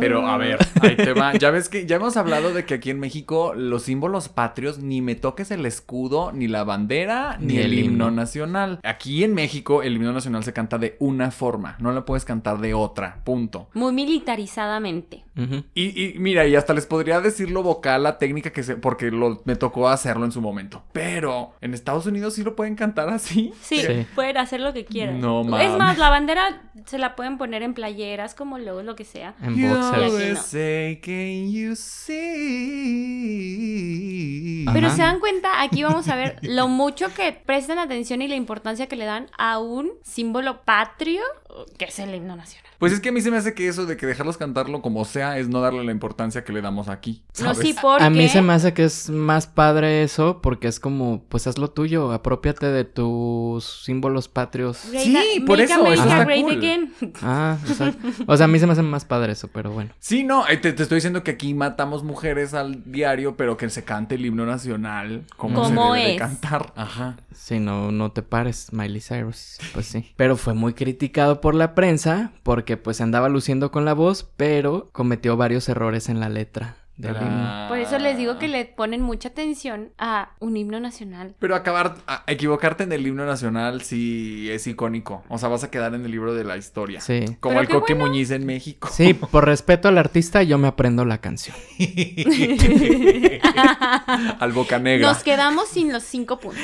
Pero Ah. a ver, ahí te va. Ya ves que ya hemos hablado de que aquí en México los símbolos patrios ni me toques el escudo, ni la bandera, ni, el himno. nacional. Aquí en México el himno nacional se canta de una forma, no la puedes cantar de otra, punto. Muy militarizadamente. Ujú. Y, y mira, y hasta les podría decir lo vocal, la técnica que se, porque lo, me tocó hacerlo en su momento. Pero en Estados Unidos sí lo pueden cantar así. Sí, Sí. pueden hacer lo que quieran. No Es mames. más, la bandera se la pueden poner en playeras, como luego lo que sea. En boxers. aquí no. USA, can you see? Ajá. Pero se dan cuenta, aquí vamos a ver lo mucho que prestan atención y la importancia que le dan a un símbolo patrio, que es el himno nacional. Pues es que a mí se me hace que eso de que dejarlos cantarlo como sea es no darle la importancia que le damos aquí. No, ¿sabes? sí, porque... A mí se me hace que es más padre eso porque es como, pues haz lo tuyo, apropiate de tus símbolos patrios. Great Sí, a- por make eso, America eso está great cool. again. Ah, o sea, o sea, a mí se me hace más padre eso, pero bueno. Sí, no, eh, te, te estoy diciendo que aquí matamos mujeres al diario, pero que se cante el himno nacional como se Como debe de es. cantar. Ajá. Sí, no, no te pares, Miley Cyrus. Pues sí. Pero fue muy criticado por la prensa porque pues andaba luciendo con la voz, pero cometió varios errores en la letra del Ah. himno. Por eso les digo que le ponen mucha atención a un himno nacional. Pero acabar, a- equivocarte en el himno nacional sí es icónico. O sea, vas a quedar en el libro de la historia. Sí. Como Pero el qué Coque Muñiz en México. Sí, por respeto al artista yo me aprendo la canción. Al Boca Negra. Nos quedamos sin los cinco puntos.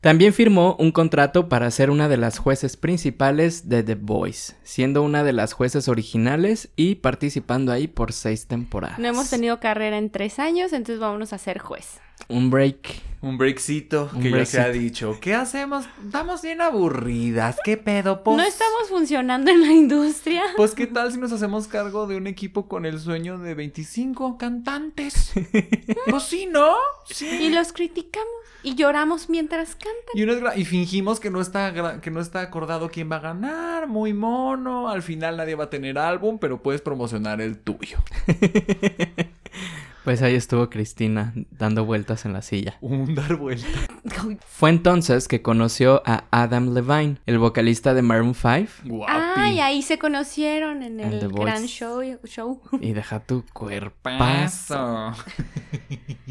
También firmó un contrato para ser una de las jueces principales de The Voice, siendo una de las jueces originales y participando ahí por seis temporadas. No hemos tenido carrera en tres años, entonces vámonos a ser juez. un break. Un breakcito Un que ya se breakcito. ha dicho. ¿Qué hacemos? Estamos bien aburridas. ¿Qué pedo? Pues, No estamos funcionando en la industria. Pues, ¿qué tal si nos hacemos cargo de un equipo con el sueño de 25 cantantes? pues sí, ¿no? Y los criticamos y lloramos mientras cantan. Y, unas gra- y fingimos que no, está gra- que no está acordado quién va a ganar. Muy mono. Al final nadie va a tener álbum, pero puedes promocionar el tuyo. Pues ahí estuvo Cristina dando vueltas en la silla. Un dar vuelta. Fue entonces que conoció a Adam Levine, el vocalista de Maroon 5. Guapi. Ay, ahí se conocieron en And The el Voice. gran show. show. Y deja tu cuerpazo. Paso.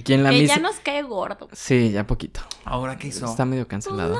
Quien la que mis... ya nos cae gordo. Sí, ya poquito. Ahora qué hizo. Está medio Pues cancelado.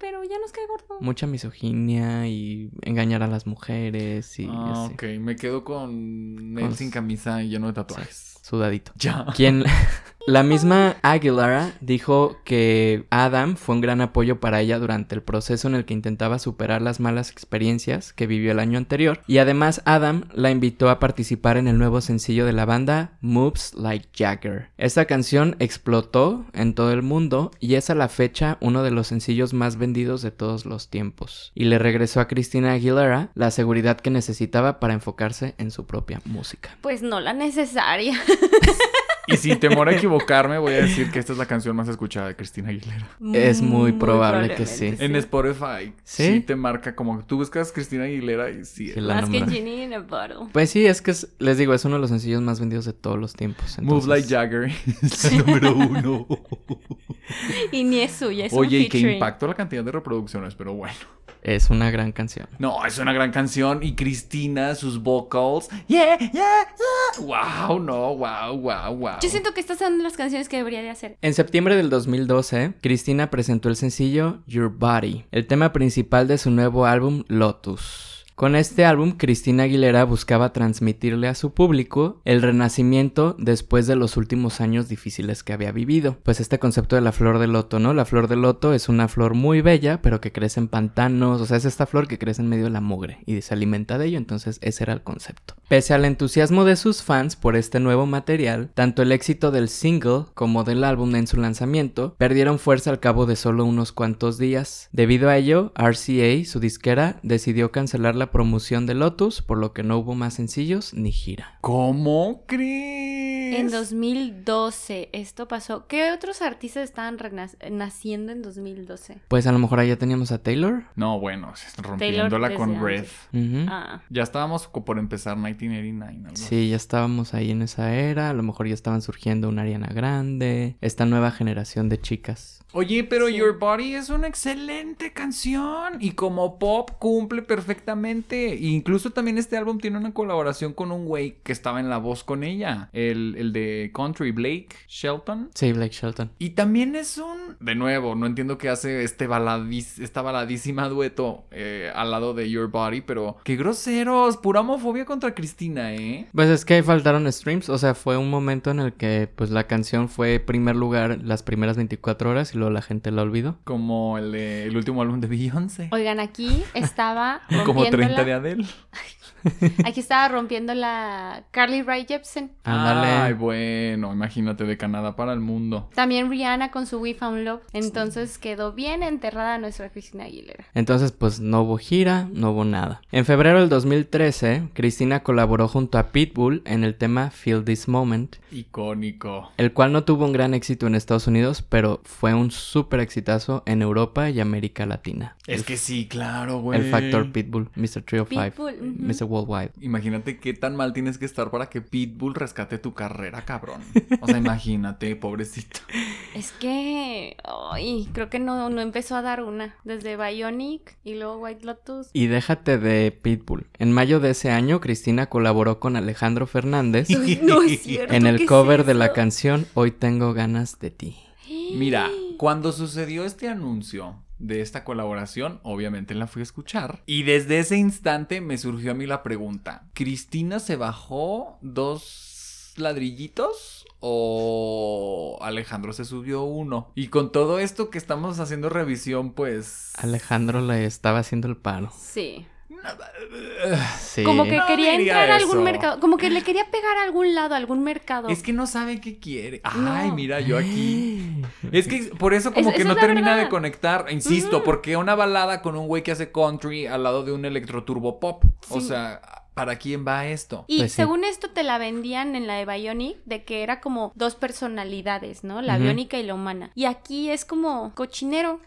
Pero ya nos cae gordo. Mucha misoginia y engañar a las mujeres y Ah, así. ok, me quedo con Con- él sin camisa y lleno de tatuajes. Sudadito. Ya. Quien la misma Aguilera dijo que Adam fue un gran apoyo para ella durante el proceso en el que intentaba superar las malas experiencias que vivió el año anterior y además Adam la invitó a participar en el nuevo sencillo de la banda Moves Like Jagger. Esta canción explotó en todo el mundo y es a la fecha uno de los sencillos más vendidos éxitos de todos los tiempos y le regresó a Christina Aguilera la seguridad que necesitaba para enfocarse en su propia música. Pues no la necesaria. Y sin temor a equivocarme, voy a decir que esta es la canción más escuchada de Cristina Aguilera. Es muy probable que probablemente, sí. En Spotify. ¿Sí? ¿Sí? te marca como tú buscas Cristina Aguilera y sí. Que la Más que nombra. Ginny in a Bottle. Pues sí, es que es- les digo, es uno de los sencillos más vendidos de todos los tiempos. Move entonces- Like Jagger es el número uno. Y ni es suya, es Oye, un y qué featuring. impacto la cantidad de reproducciones, pero bueno. Es una gran canción. No, es una gran canción y Cristina, sus vocals. Yeah, yeah, yeah. Wow, no, wow, wow, wow. Yo siento que estas son las canciones que debería de hacer. En septiembre del 2012, Cristina presentó el sencillo Your Body, el tema principal de su nuevo álbum Lotus. Con este álbum, Cristina Aguilera buscaba transmitirle a su público el renacimiento después de los últimos años difíciles que había vivido. Pues este concepto de la flor de loto, ¿no? La flor de loto es una flor muy bella, pero que crece en pantanos, o sea, es esta flor que crece en medio de la mugre y se alimenta de ello, entonces ese era el concepto. Pese al entusiasmo de sus fans por este nuevo material, tanto el éxito del single como del álbum en su lanzamiento perdieron fuerza al cabo de solo unos cuantos días. Debido a ello, RCA, su disquera, decidió cancelar la promoción de Lotus, por lo que no hubo más sencillos ni gira. ¿Cómo crees? En 2012 esto pasó. ¿Qué otros artistas estaban renac- naciendo en 2012? Pues a lo mejor allá teníamos a Taylor. No, bueno, rompiéndola Taylor con desde Red. antes. Ujú. Ah, Ya estábamos co- por empezar 1989. algo así. Sí, ya estábamos ahí en esa era, a lo mejor ya estaban surgiendo una Ariana Grande, esta nueva generación de chicas. Oye, pero Sí. Your Body es una excelente canción y como pop cumple perfectamente. Incluso también este álbum tiene una colaboración con un güey que estaba en la voz con ella, el, el de Country Blake Shelton. Sí, Blake Shelton. Y también es un... De nuevo, no entiendo qué hace este baladis, esta baladísima dueto eh, al lado de Your Body, pero qué groseros, pura homofobia contra Cristina, ¿eh? Pues es que faltaron streams, o sea, fue un momento en el que pues la canción fue primer lugar las primeras 24 horas y luego la gente la olvidó. Como el, de- el último álbum de Beyoncé. Oigan, aquí estaba Y como 30 de rompiéndola. Adele. Aquí estaba rompiendo la Carly Rae Jepsen. Ay, Ándale. bueno, imagínate de Canadá para el mundo. También Rihanna con su We Found Love. Entonces quedó bien enterrada nuestra Cristina Aguilera. Entonces, pues no hubo gira, no hubo nada. En febrero del 2013, Cristina colaboró junto a Pitbull en el tema Feel This Moment, Icónico. el cual no tuvo un gran éxito en Estados Unidos, pero fue un súper exitazo en Europa y América Latina. Es que sí, claro, güey. El factor Pitbull, Mr. 305, Pitbull, ujú. Mr. Worldwide. Imagínate qué tan mal tienes que estar para que Pitbull rescate tu carrera, cabrón. O sea, imagínate, pobrecito. Es que. Ay, creo que no, no empezó a dar una. Desde Bionic y luego White Lotus. Y déjate de Pitbull. En mayo de ese año, Cristina colaboró con Alejandro Fernández Uy, no es cierto. en ¿qué el es cover de la eso? canción Hoy tengo ganas de ti. Mira, cuando sucedió este anuncio de esta colaboración, obviamente la fui a escuchar. Y desde ese instante me surgió a mí la pregunta: ¿Cristina se bajó dos ladrillitos? O Alejandro se subió uno. Y con todo esto que estamos haciendo revisión, pues. Alejandro le estaba haciendo el paro. Sí. Sí. Como que No quería diría entrar a algún eso. mercado. Como que le quería pegar a algún lado, a algún mercado. Es que no sabe qué quiere. Ay, No. mira, yo aquí. Es que por eso como Es- que esa no es la termina verdad. de conectar, insisto, porque una balada con un güey que hace country al lado de un electroturbo pop. O Sí. sea, ¿para quién va esto? Y Pues sí. según esto te la vendían en la de Bionic de que era como dos personalidades, ¿no? La Ujú. biónica y la humana. Y aquí es como cochinero.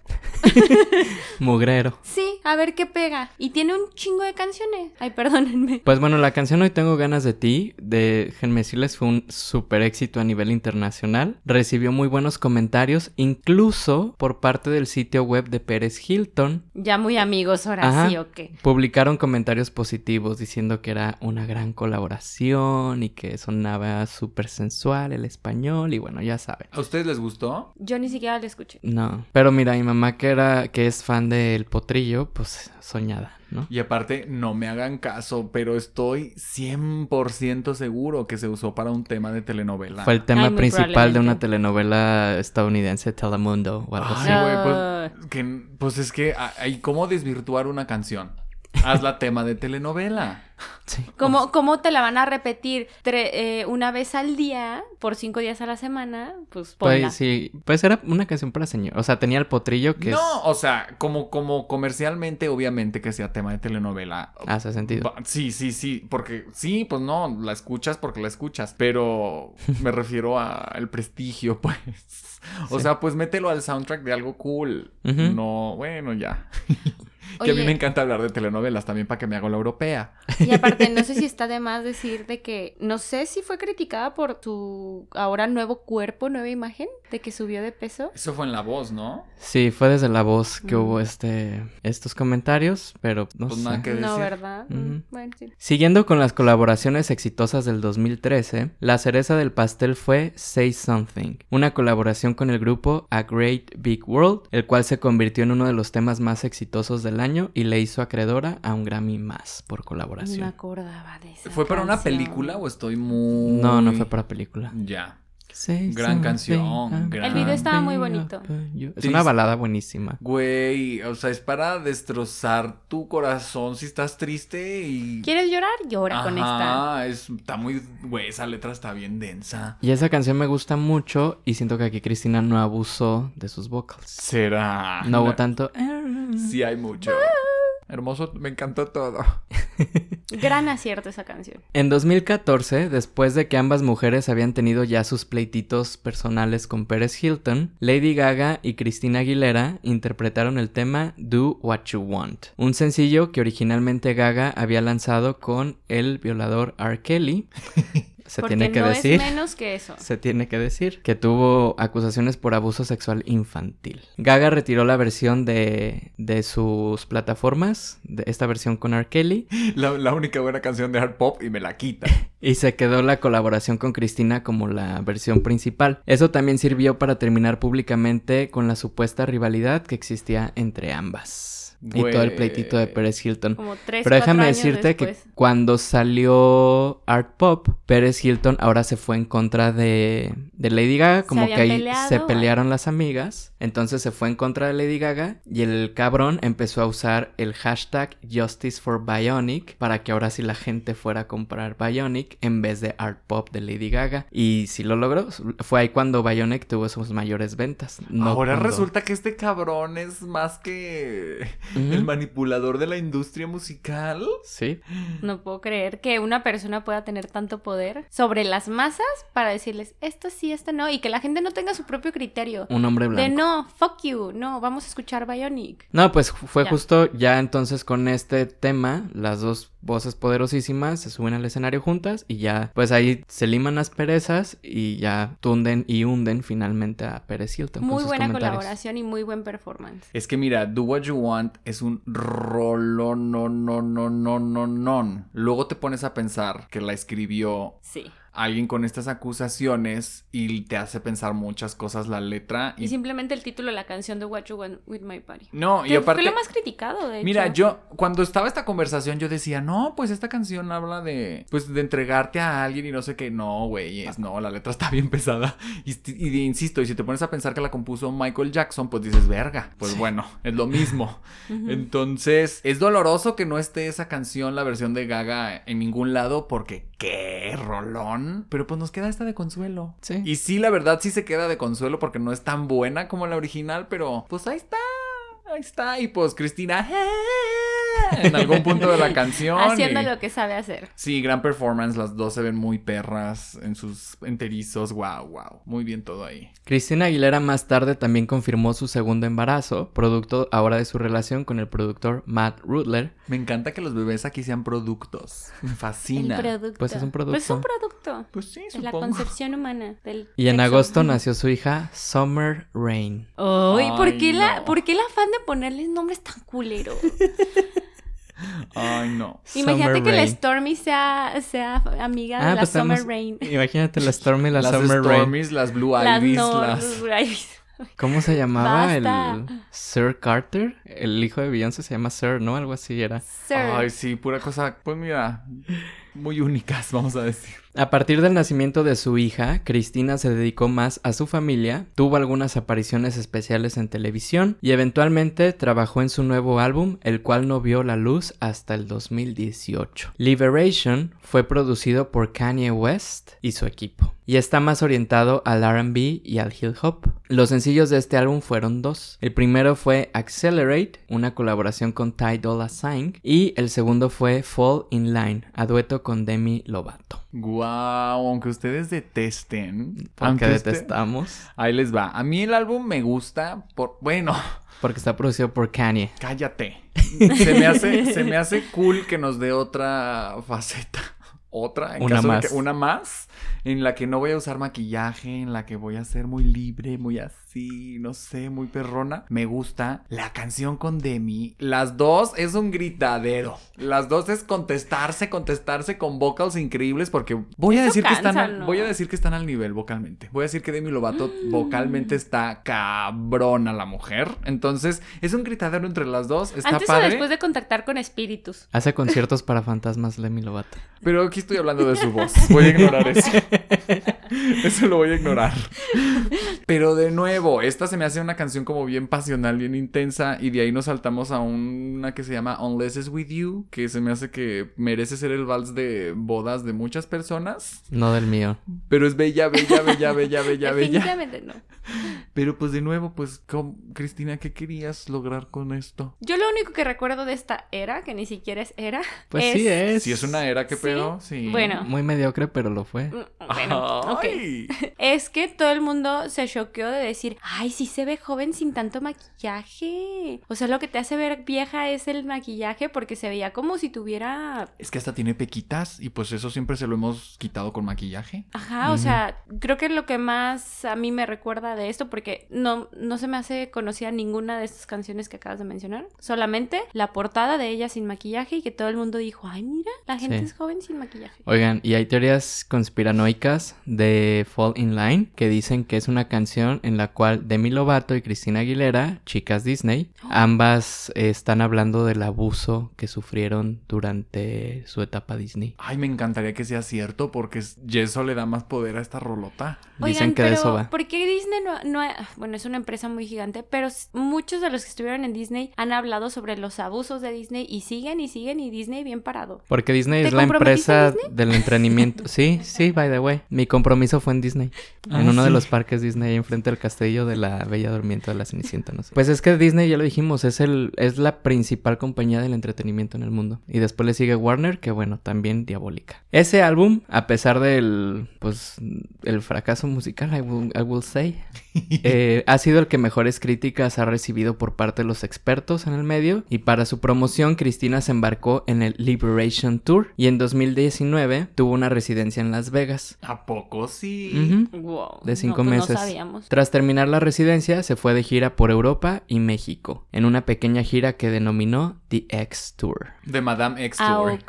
Mugrero. Sí, a ver qué pega. Y tiene un chingo de canciones. Ay, perdónenme. Pues bueno, la canción Hoy tengo ganas de ti, de déjenme decirles, fue un super éxito a nivel internacional. Recibió muy buenos comentarios, incluso por parte del sitio web de Pérez Hilton. Ya muy amigos ahora Ajá. sí o qué. Publicaron comentarios positivos diciendo que era una gran colaboración y que sonaba súper sensual el español y bueno, ya saben. ¿A ustedes les gustó? Yo ni siquiera la escuché. No, pero mira, mi mamá que era que es fan del potrillo, pues soñada, ¿no? Y aparte, no me hagan caso, pero estoy 100% seguro que se usó para un tema de telenovela. Fue el tema Ay, muy principal de una probablemente. telenovela estadounidense, Telemundo o algo así. Ay, Ah, güey, Ah. pues, que- pues es que ah, hay cómo desvirtuar una canción. Hazla tema de telenovela. Sí. ¿Cómo, ¿Cómo te la van a repetir tre- eh, una vez al día, por cinco días a la semana? Pues ponla. Pues sí, pues era una canción para señor. O sea, tenía el potrillo que no, es- o sea, como, como comercialmente, obviamente que sea tema de telenovela. hace sentido. Ba- Sí, sí, sí, porque sí, pues no, la escuchas porque la escuchas, pero me refiero a el prestigio, pues. O Sí. sea, pues mételo al soundtrack de algo cool. Ujú. No, bueno, ya. que a mí Oye, me encanta hablar de telenovelas también para que me hago la europea. y aparte, no sé si está de más decir de que, no sé si fue criticada por tu ahora nuevo cuerpo, nueva imagen, de que subió de peso. Eso fue en la voz, ¿no? Sí, fue desde la voz que Mm. hubo este estos comentarios, pero no Pues sé. nada que No, decir. ¿verdad? Mm, Ujú. Bueno, sí. Siguiendo con las colaboraciones exitosas del 2013, la cereza del pastel fue Say Something, una colaboración con el grupo A Great Big World, el cual se convirtió en uno de los temas más exitosos del año y le hizo acreedora a un Grammy más por Ni me colaboración. acordaba de eso. ¿Fue para una película o estoy muy... No, no fue para película. Ya. Say Gran something canción, about gran- El video ah. estaba muy you. bonito. Es una balada buenísima. Güey, o sea, es para destrozar tu corazón si estás triste y... ¿Quieres llorar? Llora con esta. Ajá, es- está muy... Güey, esa letra está bien densa. Y esa canción me gusta mucho y siento que aquí Cristina no abusó de sus vocals. Será... No hubo tanto. Sí hay mucho. Hermoso, me encantó todo. Gran acierto esa canción. En 2014, después de que ambas mujeres habían tenido ya sus pleititos personales con Pérez Hilton, Lady Gaga y Christina Aguilera interpretaron el tema Do What You Want, un sencillo que originalmente Gaga había lanzado con el violador R. Kelly. Se Porque tiene que no decir. es menos que eso. Se tiene que decir que tuvo acusaciones por abuso sexual infantil. Gaga retiró la versión de, de sus plataformas, de esta versión con R. Kelly, La, la única buena canción de hard pop y me la quita. y se quedó la colaboración con Cristina como la versión principal. Eso también sirvió para terminar públicamente con la supuesta rivalidad que existía entre ambas. Y todo el Güey. pleitito de Pérez Hilton. Como tres, Pero déjame cuatro años decirte después. que cuando salió Art Pop, Pérez Hilton ahora se fue en contra de, de Lady Gaga, como que habían ahí peleado, se ¿o? pelearon las amigas, entonces se fue en contra de Lady Gaga y el cabrón empezó a usar el hashtag Justice for Bionic para que ahora sí la gente fuera a comprar Bionic en vez de Art Pop de Lady Gaga y si lo logró, fue ahí cuando Bionic tuvo sus mayores ventas. no Ahora cuando- resulta que este cabrón es más que Ujú. el manipulador de la industria musical. Sí, No puedo creer que una persona pueda tener tanto poder sobre las masas para decirles esto sí, esto no, y que la gente no tenga su propio criterio. un hombre blanco. De no, fuck you, no, vamos a escuchar Bionic. No, pues ju- fue Ya. justo ya entonces con este tema, las dos voces poderosísimas se suben al escenario juntas y ya, pues ahí se liman las perezas y ya tunden y hunden finalmente a Pérez Hilton. con Muy sus buena comentarios. colaboración y muy buen performance. Es que mira, Do What You Want es un rolo no no no no no no. Luego te pones a pensar que la escribió Sí. alguien con estas acusaciones y te hace pensar muchas cosas la letra Y y simplemente el título de la canción de What You Want With My Body. no, y Que aparte Fue lo más criticado, de hecho. Mira, yo cuando estaba esta conversación yo decía, "No, pues esta canción habla de pues de entregarte a alguien y no sé qué." No, güey, es no, la letra está bien pesada y, sti- y insisto, y si te pones a pensar que la compuso Michael Jackson, pues dices, "Verga." Pues bueno, es lo mismo. Ujú. Entonces, es doloroso que no esté esa canción, la versión de Gaga, en ningún lado, porque qué rolón. Pero pues nos queda esta de consuelo. Sí. Y sí, la verdad sí se queda de consuelo porque no es tan buena como la original, pero pues ahí está. Ahí está. Y pues Cristina, en algún punto de la canción. Haciendo y- lo que sabe hacer. Sí, gran performance. Las dos se ven muy perras en sus enterizos. Wow, wow. Muy bien todo ahí. Cristina Aguilera más tarde también confirmó su segundo embarazo, producto ahora de su relación con el productor Matt Rudler. Me encanta que los bebés aquí sean productos. Me El fascina. producto. Pues es un producto. Pues es un producto. Pues sí, De la supongo. concepción humana. Del Y en sexo. agosto nació su hija Summer Rain. Ay, ¿por Ay, qué, la, no. ¿por qué el afán de ponerles nombres tan culeros? Ay, no. Imagínate Summer que la Rain. Stormy sea, sea amiga de Ah, la pues Summer tenemos- Rain. Imagínate la Stormy y la las Summer Rain. Stormies, las Blue Las Ivies, no, las... Ivies. ¿Cómo se llamaba Basta. el Sir Carter? El hijo de Beyoncé se llama Sir, ¿no? Algo así era. Sir. Ay, sí, pura cosa, pues mira, muy únicas, vamos a decir. A partir del nacimiento de su hija, Cristina se dedicó más a su familia, tuvo algunas apariciones especiales en televisión y eventualmente trabajó en su nuevo álbum, el cual no vio la luz hasta el 2018. Liberation fue producido por Kanye West y su equipo y está más orientado al RB y al hip hop. Los sencillos de este álbum fueron dos. El primero fue Accelerate, una colaboración con Ty Dolla Sign, y el segundo fue Fall in Line, a dueto con Demi Lovato. Guau, aunque ustedes detesten. Aunque aunque este usted- detestamos. Ahí les va. A mí el álbum me gusta por. Bueno, Porque está producido por Kanye. cállate. Se me hace, se me hace cool que nos dé otra faceta. Otra, en Una caso de más. que- una más, en la que no voy a usar maquillaje, en la que voy a ser muy libre, muy así, no sé, muy perrona. Me gusta la canción con Demi. Las dos es un gritadero. Las dos es contestarse, contestarse con vocals increíbles, porque voy a Eso decir que cansa, están, al- ¿no? voy a decir que están al nivel vocalmente. Voy a decir que Demi Lovato Mm. vocalmente está cabrona la mujer. Entonces, es un gritadero entre las dos. Está Antes padre. o después de contactar con espíritus. Hace conciertos para fantasmas Demi Lovato. Pero aquí estoy hablando de su voz. Voy a ignorar eso. Eso lo voy a ignorar. Pero de nuevo, esta se me hace una canción como bien pasional, bien intensa. Y de ahí nos saltamos a una que se llama Unless It's With You, que se me hace que merece ser el vals de bodas de muchas personas. No del mío. Pero es bella, bella, bella, bella, bella, bella. Definitivamente no. Pero pues de nuevo, pues, ¿cómo- Cristina, ¿qué querías lograr con esto? Yo lo único que recuerdo de esta era, que ni siquiera es era. Pues es- sí es. Si es una era, ¿qué Sí. pedo? Sí. Bueno. Muy mediocre, pero lo fue. Mm, Bueno, ok. Ay. Es que todo el mundo se choqueó de decir, ay, sí se ve joven sin tanto maquillaje. O sea, lo que te hace ver vieja es el maquillaje porque se veía como si tuviera... Es que hasta tiene pequitas y pues eso siempre se lo hemos quitado con maquillaje. Ajá, o sea, creo que lo que más a mí me recuerda de esto, porque no, no se me hace conocida ninguna de estas canciones que acabas de mencionar, solamente la portada de ella sin maquillaje y que todo el mundo dijo, ay, mira, la gente Sí. es joven sin maquillaje. Oigan, y hay teorías conspiranoicas de Fall in Line que dicen que es una canción en la cual Demi Lovato y Cristina Aguilera, chicas Disney, ambas eh, están hablando del abuso que sufrieron durante su etapa Disney. Ay, me encantaría que sea cierto porque es- Yeso le da más poder a esta rolota. Dicen que de eso va. ¿por qué Disney no, no ha- Bueno, es una empresa muy gigante, pero s- muchos de los que estuvieron en Disney han hablado sobre los abusos de Disney y siguen y siguen y Disney bien parado. Porque Disney ¿Te es la comprometiste empresa en del entrenamiento. Sí, sí, by the way. Mi compromiso fue en Disney. en uno de los parques Disney, ahí enfrente del castillo de la Bella Durmiente de la Cenicienta, no sé. Pues es que Disney, ya lo dijimos, es, el, es la principal compañía del entretenimiento en el mundo. Y después le sigue Warner, que bueno, también diabólica. Ese álbum, a pesar del, pues, el fracaso musical, I will, I will say, eh, ha sido el que mejores críticas ha recibido por parte de los expertos en el medio y para su promoción Cristina se embarcó en el Liberation Tour y en 2019 tuvo una residencia en Las Vegas. ¿A poco sí? Ujú. Wow. De cinco no, pues meses. No sabíamos. Tras terminar la residencia, se fue de gira por Europa y México, en una pequeña gira que denominó The X Tour. De Madame X Ah, Tour. ok.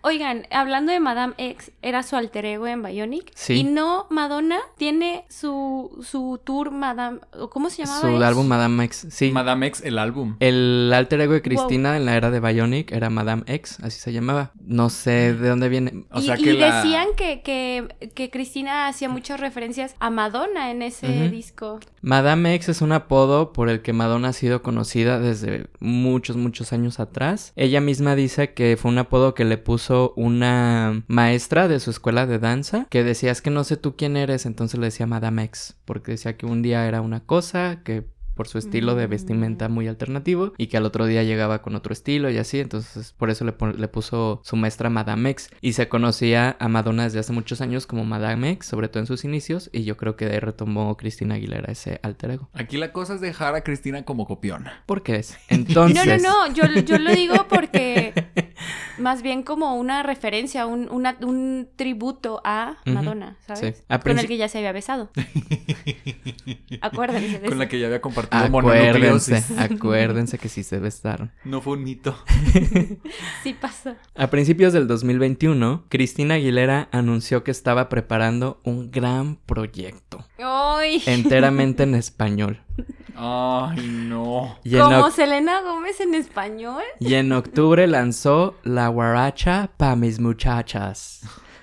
Oigan, hablando de Madame X, era su alter ego en Bionic. Sí. Y no, Madonna tiene su, su tour Madame. ¿o ¿Cómo se llamaba? Su eso? álbum Madame X, sí. Madame X, el álbum. el alter ego de Cristina en la era de Bionic era Madame X, así se llamaba. No sé de dónde viene. O y sea y que la- decían que, que, que Cristina hacía muchas referencias a Madonna en ese Ujú. disco. Madame X es un apodo por el que Madonna ha sido conocida desde muchos, muchos años atrás. Ella misma dice que fue un apodo que le puso una maestra de su escuela de danza que decía es que no sé tú quién eres, entonces le decía Madame X, porque decía que un día era una cosa, que por su estilo de Mm. vestimenta muy alternativo y que al otro día llegaba con otro estilo y así, entonces por eso le, pon- le puso su maestra Madame X y se conocía a Madonna desde hace muchos años como Madame X, sobre todo en sus inicios y yo creo que de ahí retomó Cristina Aguilera ese alter ego. Aquí la cosa es dejar a Cristina como copiona. ¿Por qué es? Entonces... No, no, no, yo, yo lo digo porque más bien como una referencia, un, una- un tributo a Ujú, Madonna, ¿sabes? sí. A Con el princi- que ya se había besado. Acuérdense de Con la eso. que ya había compartido Acuérdense, mononucleosis. acuérdense que sí se bestaron. No fue un mito. Sí pasa. A principios del 2021, Cristina Aguilera anunció que estaba preparando un gran proyecto, ¡Ay! Eh, enteramente en español. Ay, no. Y en Como oc- Selena Gómez en español. Y en octubre lanzó La Guaracha pa' mis muchachas.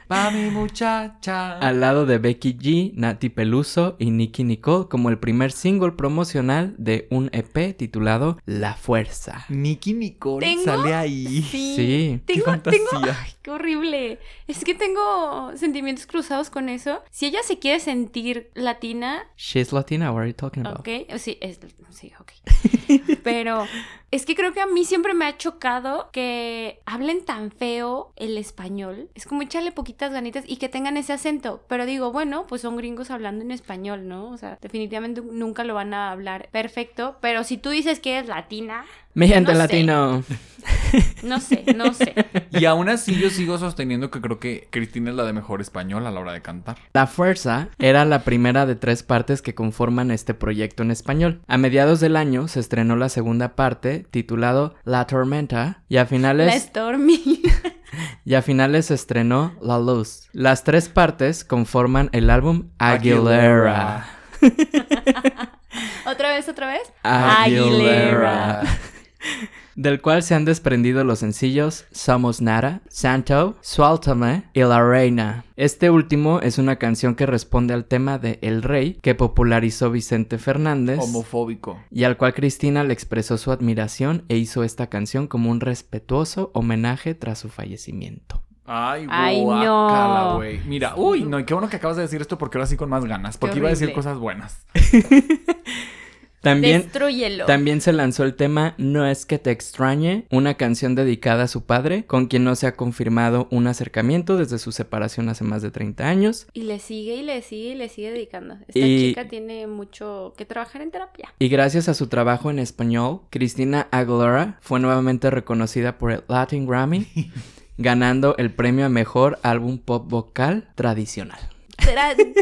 Pa' mi muchacha. Ah. Al lado de Becky G, Nati Peluso y Nicky Nicole como el primer single promocional de un EP titulado La Fuerza. Nicky Nicole Tengo- sale ahí. Sí. Qué Tengo, fantasía. tengo, ay, qué horrible. Es que tengo sentimientos cruzados con eso. Si ella se quiere sentir latina, She's Latina, what are you talking about? Ok, eh, sí, es, sí, ok. Pero es que creo que a mí siempre me ha chocado que hablen tan feo el español. Es como echarle poquitas ganitas y que tengan ese acento. Pero digo, bueno, pues son gringos hablando en español, ¿no? O sea, definitivamente nunca lo van a hablar perfecto. Pero si tú dices que eres latina, Mi gente No sé. latino. no sé, no sé. Y aún así yo sigo sosteniendo que creo que Cristina es la de mejor español a la hora de cantar. La Fuerza era la primera de tres partes que conforman este proyecto en español. A mediados del año se estrenó la segunda parte, titulado La Tormenta, y a La finales Stormy. y a finales se estrenó La Luz. Las tres partes conforman el álbum Aguilera. otra vez, otra vez. Aguilera. Del cual se han desprendido los sencillos Somos Nara, Santo, Suáltame y La Reina. Este último es una canción que responde al tema de El Rey que popularizó Vicente Fernández. Homofóbico. y al cual Cristina le expresó su admiración e hizo esta canción como un respetuoso homenaje tras su fallecimiento. Ay, Ay, guácala, no. güey. Mira, uy, no, y qué bueno que acabas de decir esto porque ahora sí con más ganas, porque iba a decir horrible. cosas buenas. También, Destruyelo. También se lanzó el tema No es que te extrañe, una canción dedicada a su padre, con quien no se ha confirmado un acercamiento desde su separación hace más de 30 años. Y le sigue y le sigue y le sigue dedicando. Esta Y- chica tiene mucho que trabajar en terapia. Y gracias a su trabajo en español, Cristina Aguilera fue nuevamente reconocida por el Latin Grammy, ganando el premio a mejor álbum pop vocal tradicional. ¿Será- ¿Qué?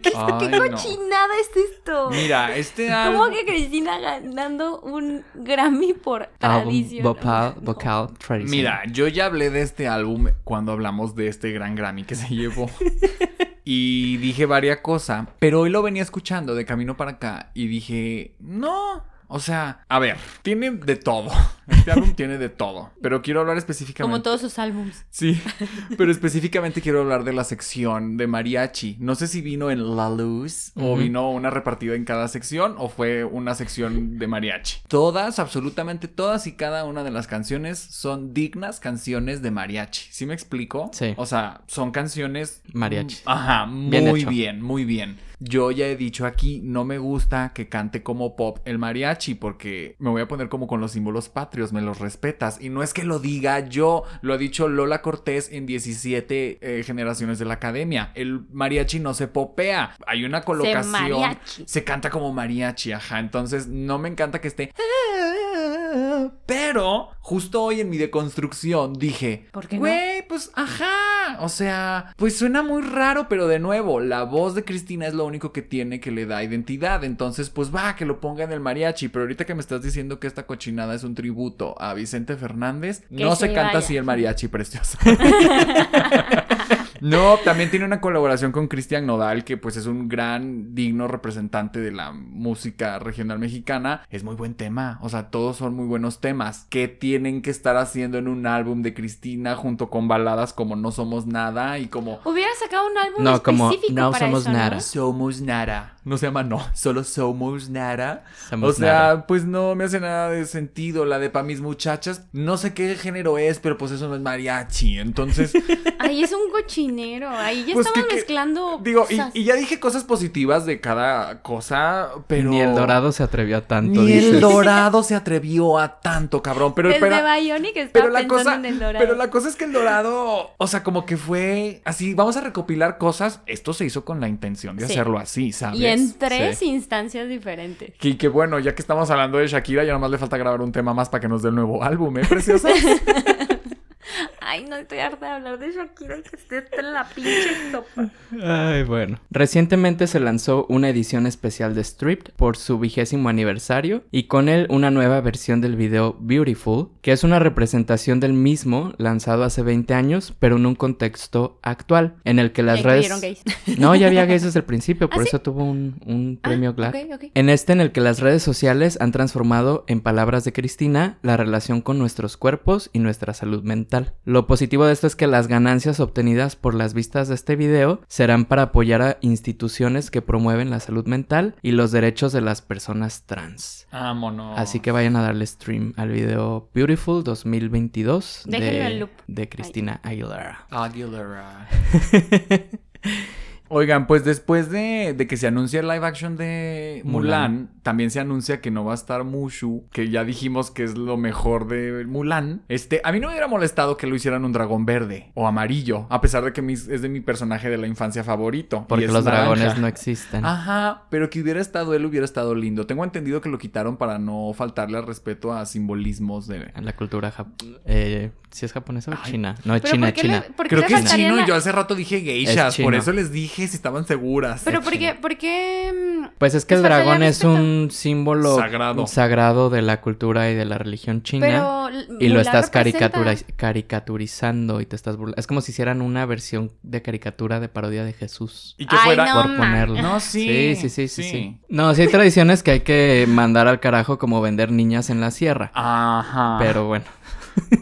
¿Qué, Ay, qué no. cochinada es esto? Mira, este ¿Cómo álbum. que Cristina ganando un Grammy por Álbum tradición? vocal, No. vocal tradicional. Mira, yo ya hablé de este álbum cuando hablamos de este gran Grammy que se llevó. Y dije varias cosas, pero hoy lo venía escuchando de camino para acá y dije, no. O sea, a ver, tiene de todo. Este álbum tiene de todo. Pero quiero hablar específicamente. Como todos sus álbums. Sí, pero específicamente quiero hablar de la sección de mariachi. No sé si vino en La Luz o Ujú. vino una repartida en cada sección o fue una sección de mariachi. Todas, absolutamente todas y cada una de las canciones son dignas canciones de mariachi. ¿Sí me explico? Sí. O sea, son canciones... Mariachi. Ajá, Bien muy hecho. bien, muy bien. Yo ya he dicho aquí, no me gusta que cante como pop el mariachi porque me voy a poner como con los símbolos patrios, me los respetas. Y no es que lo diga yo, lo ha dicho Lola Cortés en 17 eh, generaciones de la academia. El mariachi no se popea, hay una colocación. mariachi. se canta como mariachi, ajá. Entonces no me encanta que esté... Pero justo hoy en mi deconstrucción dije, ¿Por qué no? güey, pues ajá, o sea, pues suena muy raro, pero de nuevo, la voz de Cristina es lo único que tiene que le da identidad, entonces pues va, que lo ponga en el mariachi, pero ahorita que me estás diciendo que esta cochinada es un tributo a Vicente Fernández, Que no se se, canta vaya. así el mariachi precioso. No, también tiene una colaboración con Cristian Nodal, que pues es un gran, digno representante de la música regional mexicana. Es muy buen tema, o sea, todos son muy buenos temas. ¿Qué tienen que estar haciendo en un álbum de Cristina junto con baladas como No Somos Nada y como Hubiera sacado un álbum No, como específico No para Somos eso, ¿no? Nada. Somos Nada? No se llama No, solo Somos Nada. Somos o sea, nada. pues no me hace nada de sentido la de Pa' mis muchachas. No sé qué género es, pero pues eso no es mariachi. Entonces, Ahí es un cochinero. Ahí ya Pues estamos que- que- mezclando Digo, y, cosas. y ya dije cosas positivas de cada cosa, pero. Ni el dorado se atrevió a tanto. Ni el dices. dorado se atrevió a tanto, cabrón. Pero, Desde pero- Bionic estaba pero la pensando cosa. en el dorado. Pero la cosa es que el dorado. O sea, como que fue así. Vamos a recopilar cosas. Esto se hizo con la intención de Sí. hacerlo así, ¿sabes? Y en tres instancias diferentes. Y que bueno, ya que estamos hablando de Shakira, ya nomás le falta grabar un tema más para que nos dé el nuevo álbum, ¿eh, preciosa? Ay, no estoy harta de hablar de Shakira y que esté en la pinche sopa. Ay, bueno. Recientemente se lanzó una edición especial de Stripped por su vigésimo aniversario y con él una nueva versión del video Beautiful, que es una representación del mismo lanzado hace 20 años, pero en un contexto actual, en el que las Ya redes... incluyeron gays. No, ya había gays desde el principio, por ¿Ah, sí? eso tuvo un, un Ah, premio GLAAD. ok, ok. En este en el que las redes sociales han transformado en palabras de Cristina la relación con nuestros cuerpos y nuestra salud mental. Lo Lo positivo de esto es que las ganancias obtenidas por las vistas de este video serán para apoyar a instituciones que promueven la salud mental y los derechos de las personas trans. Vámonos. Así que vayan a darle stream al video Beautiful 2022 Déjenlo en de, loop. de Cristina Aguilera. Aguilera. Oigan, pues después de, de que se anuncia el live action de Mulan, también se anuncia que no va a estar Mushu, que ya dijimos que es lo mejor de Mulan. Este, a mí no me hubiera molestado que lo hicieran un dragón verde o amarillo, a pesar de que mis- es de mi personaje de la infancia favorito. y Porque es los naranja. Ah. dragones no existen. Ajá, pero que hubiera estado él hubiera estado lindo. Tengo entendido que lo quitaron para no faltarle al respeto a simbolismos de... En La cultura japonesa. Eh, ¿Sí es japonesa o Ay. china? No, Pero china, ¿por qué china. le- por qué Creo le que es faltarían chino y a- yo hace rato dije geishas, por chino. eso les dije si estaban seguras. Pero ¿por qué, por qué, mm, Pues es que el Pues faltaría dragón es respeto. un símbolo Sagrado. sagrado de la cultura y de la religión china. Pero y lo estás caricatura caricaturiz- caricaturizando y te estás burlando. Es como si hicieran una versión de caricatura de parodia de Jesús. Y que Ay, fuera... No, por man. ponerlo. No, sí, sí, sí, sí, sí, sí. No, sí hay tradiciones que hay que mandar al carajo como vender niñas en la sierra. Ajá. Pero bueno.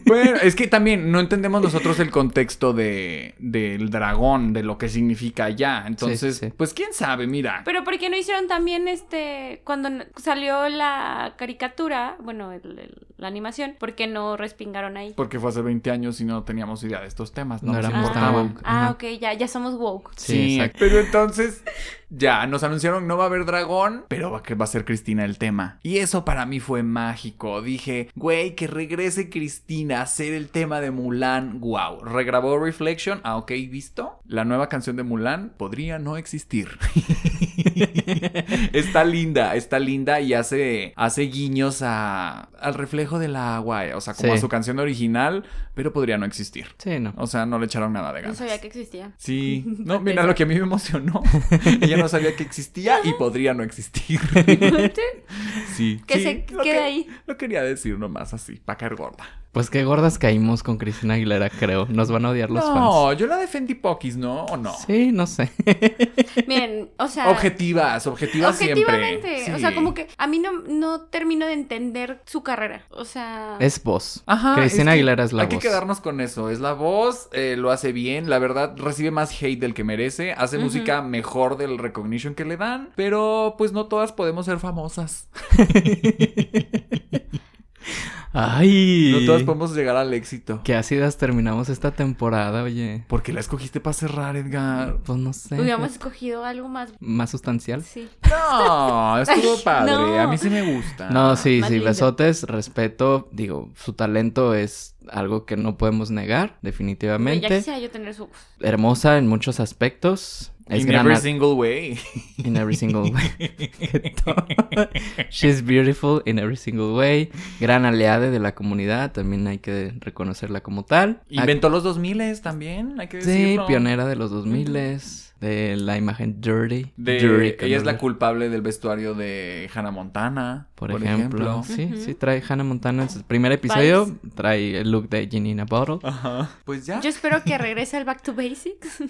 Bueno, es que también no entendemos nosotros el contexto de del dragón, de lo que significa ya. Entonces, sí, sí. pues quién sabe, mira. Pero ¿por qué no hicieron también este cuando n- salió la caricatura, bueno, el- el- la animación, por qué no respingaron ahí? Porque fue hace 20 años y no teníamos idea de estos temas, no, No nos éramos tan importaban. woke. Ah, Ajá. ok, ya ya somos woke. Sí, Sí, exacto. pero entonces ya nos anunciaron no va a haber dragón, pero va, que va a ser Cristina el tema. Y eso para mí fue mágico. Dije, güey, que regrese Cristina a hacer el tema de Mulan. Wow, regrabó Reflection. Ah, ok, visto. La nueva canción de Mulan podría no existir. está linda, está linda y hace, hace guiños a, al reflejo del agua, eh, o sea, como Sí. a su canción original, pero podría no existir. Sí, no. O sea, no le echaron nada de No ganas. sabía que existía. Sí, no, mira lo que a mí me emocionó. Ella no sabía que existía y podría no existir. Sí. Que Sí, se lo quede que- ahí. Lo quería decir nomás así, para caer gorda. Pues qué gordas caímos con Cristina Aguilera, creo. Nos van a odiar los no, fans. yo la defendí poquis, ¿no? ¿O no? Sí, no sé. Miren, o sea, Objetivas, objetivas objetivamente, siempre. o Sí. sea, como que a mí no, no termino de entender su carrera, o sea, Es voz. Ajá, Cristina es que Aguilera es la Hay voz. que quedarnos con eso. Es la voz, eh, lo hace bien. La verdad, recibe más hate del que merece. Hace Ujú. música mejor del recognition que le dan. Pero pues no todas podemos ser famosas. Ay. No todas podemos llegar al éxito. Qué ácidas terminamos esta temporada, oye. ¿Por qué la escogiste para cerrar, Edgar? Pues no eh, sé. hubiéramos escogido algo más, Más sustancial. sí. No, estuvo padre. no. A mí sí me gusta. No, sí, ah, más sí, lindo. besotes, respeto, digo, su talento es algo que no podemos negar, Güey, definitivamente. Ya quisiera yo tener su... Hermosa en muchos aspectos. Es In gran every ar- single way. in every single way. Qué tonto. She's beautiful in every single way. Gran aliada de la comunidad, también hay que reconocerla como tal. Inventó los 2000 también, hay que Sí, decirlo. pionera de los 2000 de la imagen dirty. De- dirty, que ella no es la culpable del vestuario de Hannah Montana, Por, ejemplo, sí, Ujú. sí, trae Hannah Montana en su primer episodio, trae el look de Janina Bottle. Ajá. Pues ya. Yo espero que regrese al Back to Basics.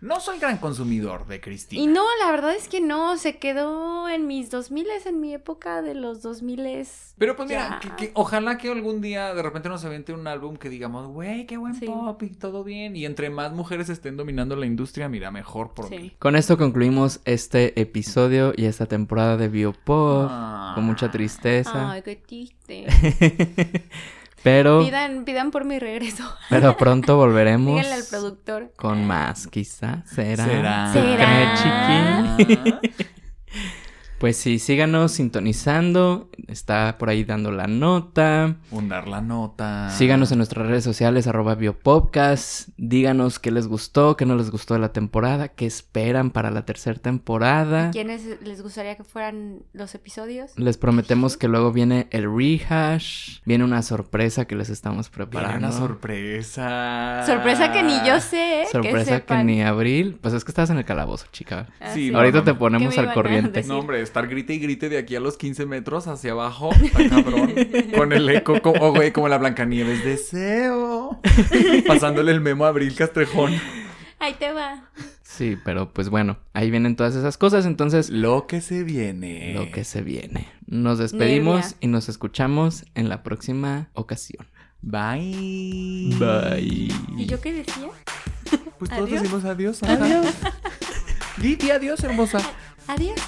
No soy gran consumidor de Y Cristina. no, la verdad es que no, se quedó en mis 2000, en mi época de los 2000. Pero pues mira, Ya. que- que ojalá que algún día de repente nos aviente un álbum que digamos, güey, qué buen Sí. pop y todo bien. Y entre más mujeres estén dominando la industria, mira, mejor por Sí. mí. Con esto concluimos este episodio y esta temporada de Biopop Ah. con mucha tristeza. Ay, qué triste. pero, Pidan, pidan por mi regreso. pero pronto volveremos Díganle al productor. con más, quizá. ¿Será? Será. ¿Tú crees, Será. chiquín? Pues sí, síganos sintonizando. Está por ahí dando la nota. Hundar la nota. Síganos en nuestras redes sociales, arroba biopodcast. Díganos qué les gustó, qué no les gustó de la temporada, qué esperan para la tercera temporada. ¿Quiénes les gustaría que fueran los episodios? Les prometemos que luego viene el rehash, viene una sorpresa que les estamos Para preparando. una Ah. sorpresa. Sorpresa que ni yo sé. Sorpresa que, sepan. ni abril. Pues es que estabas en el calabozo, chica. Ah, Sí, sí. no, Ahorita no, te no. ponemos Que me al iban a corriente. decir. No, hombre, estar grite y grite de aquí a los 15 metros hacia abajo, está cabrón, con el eco, co- oh, güey, como la Blancanieves, deseo, pasándole el memo a Abril Castrejón. Ahí te va. Sí, pero pues bueno, ahí vienen todas esas cosas. Entonces, Lo que se viene. lo que se viene. Nos despedimos Nervia. y nos escuchamos en la próxima ocasión. Bye. Bye. ¿Y yo qué decía? Pues todos Adiós. decimos adiós. Adiós. Di, di adiós, hermosa. Adiós.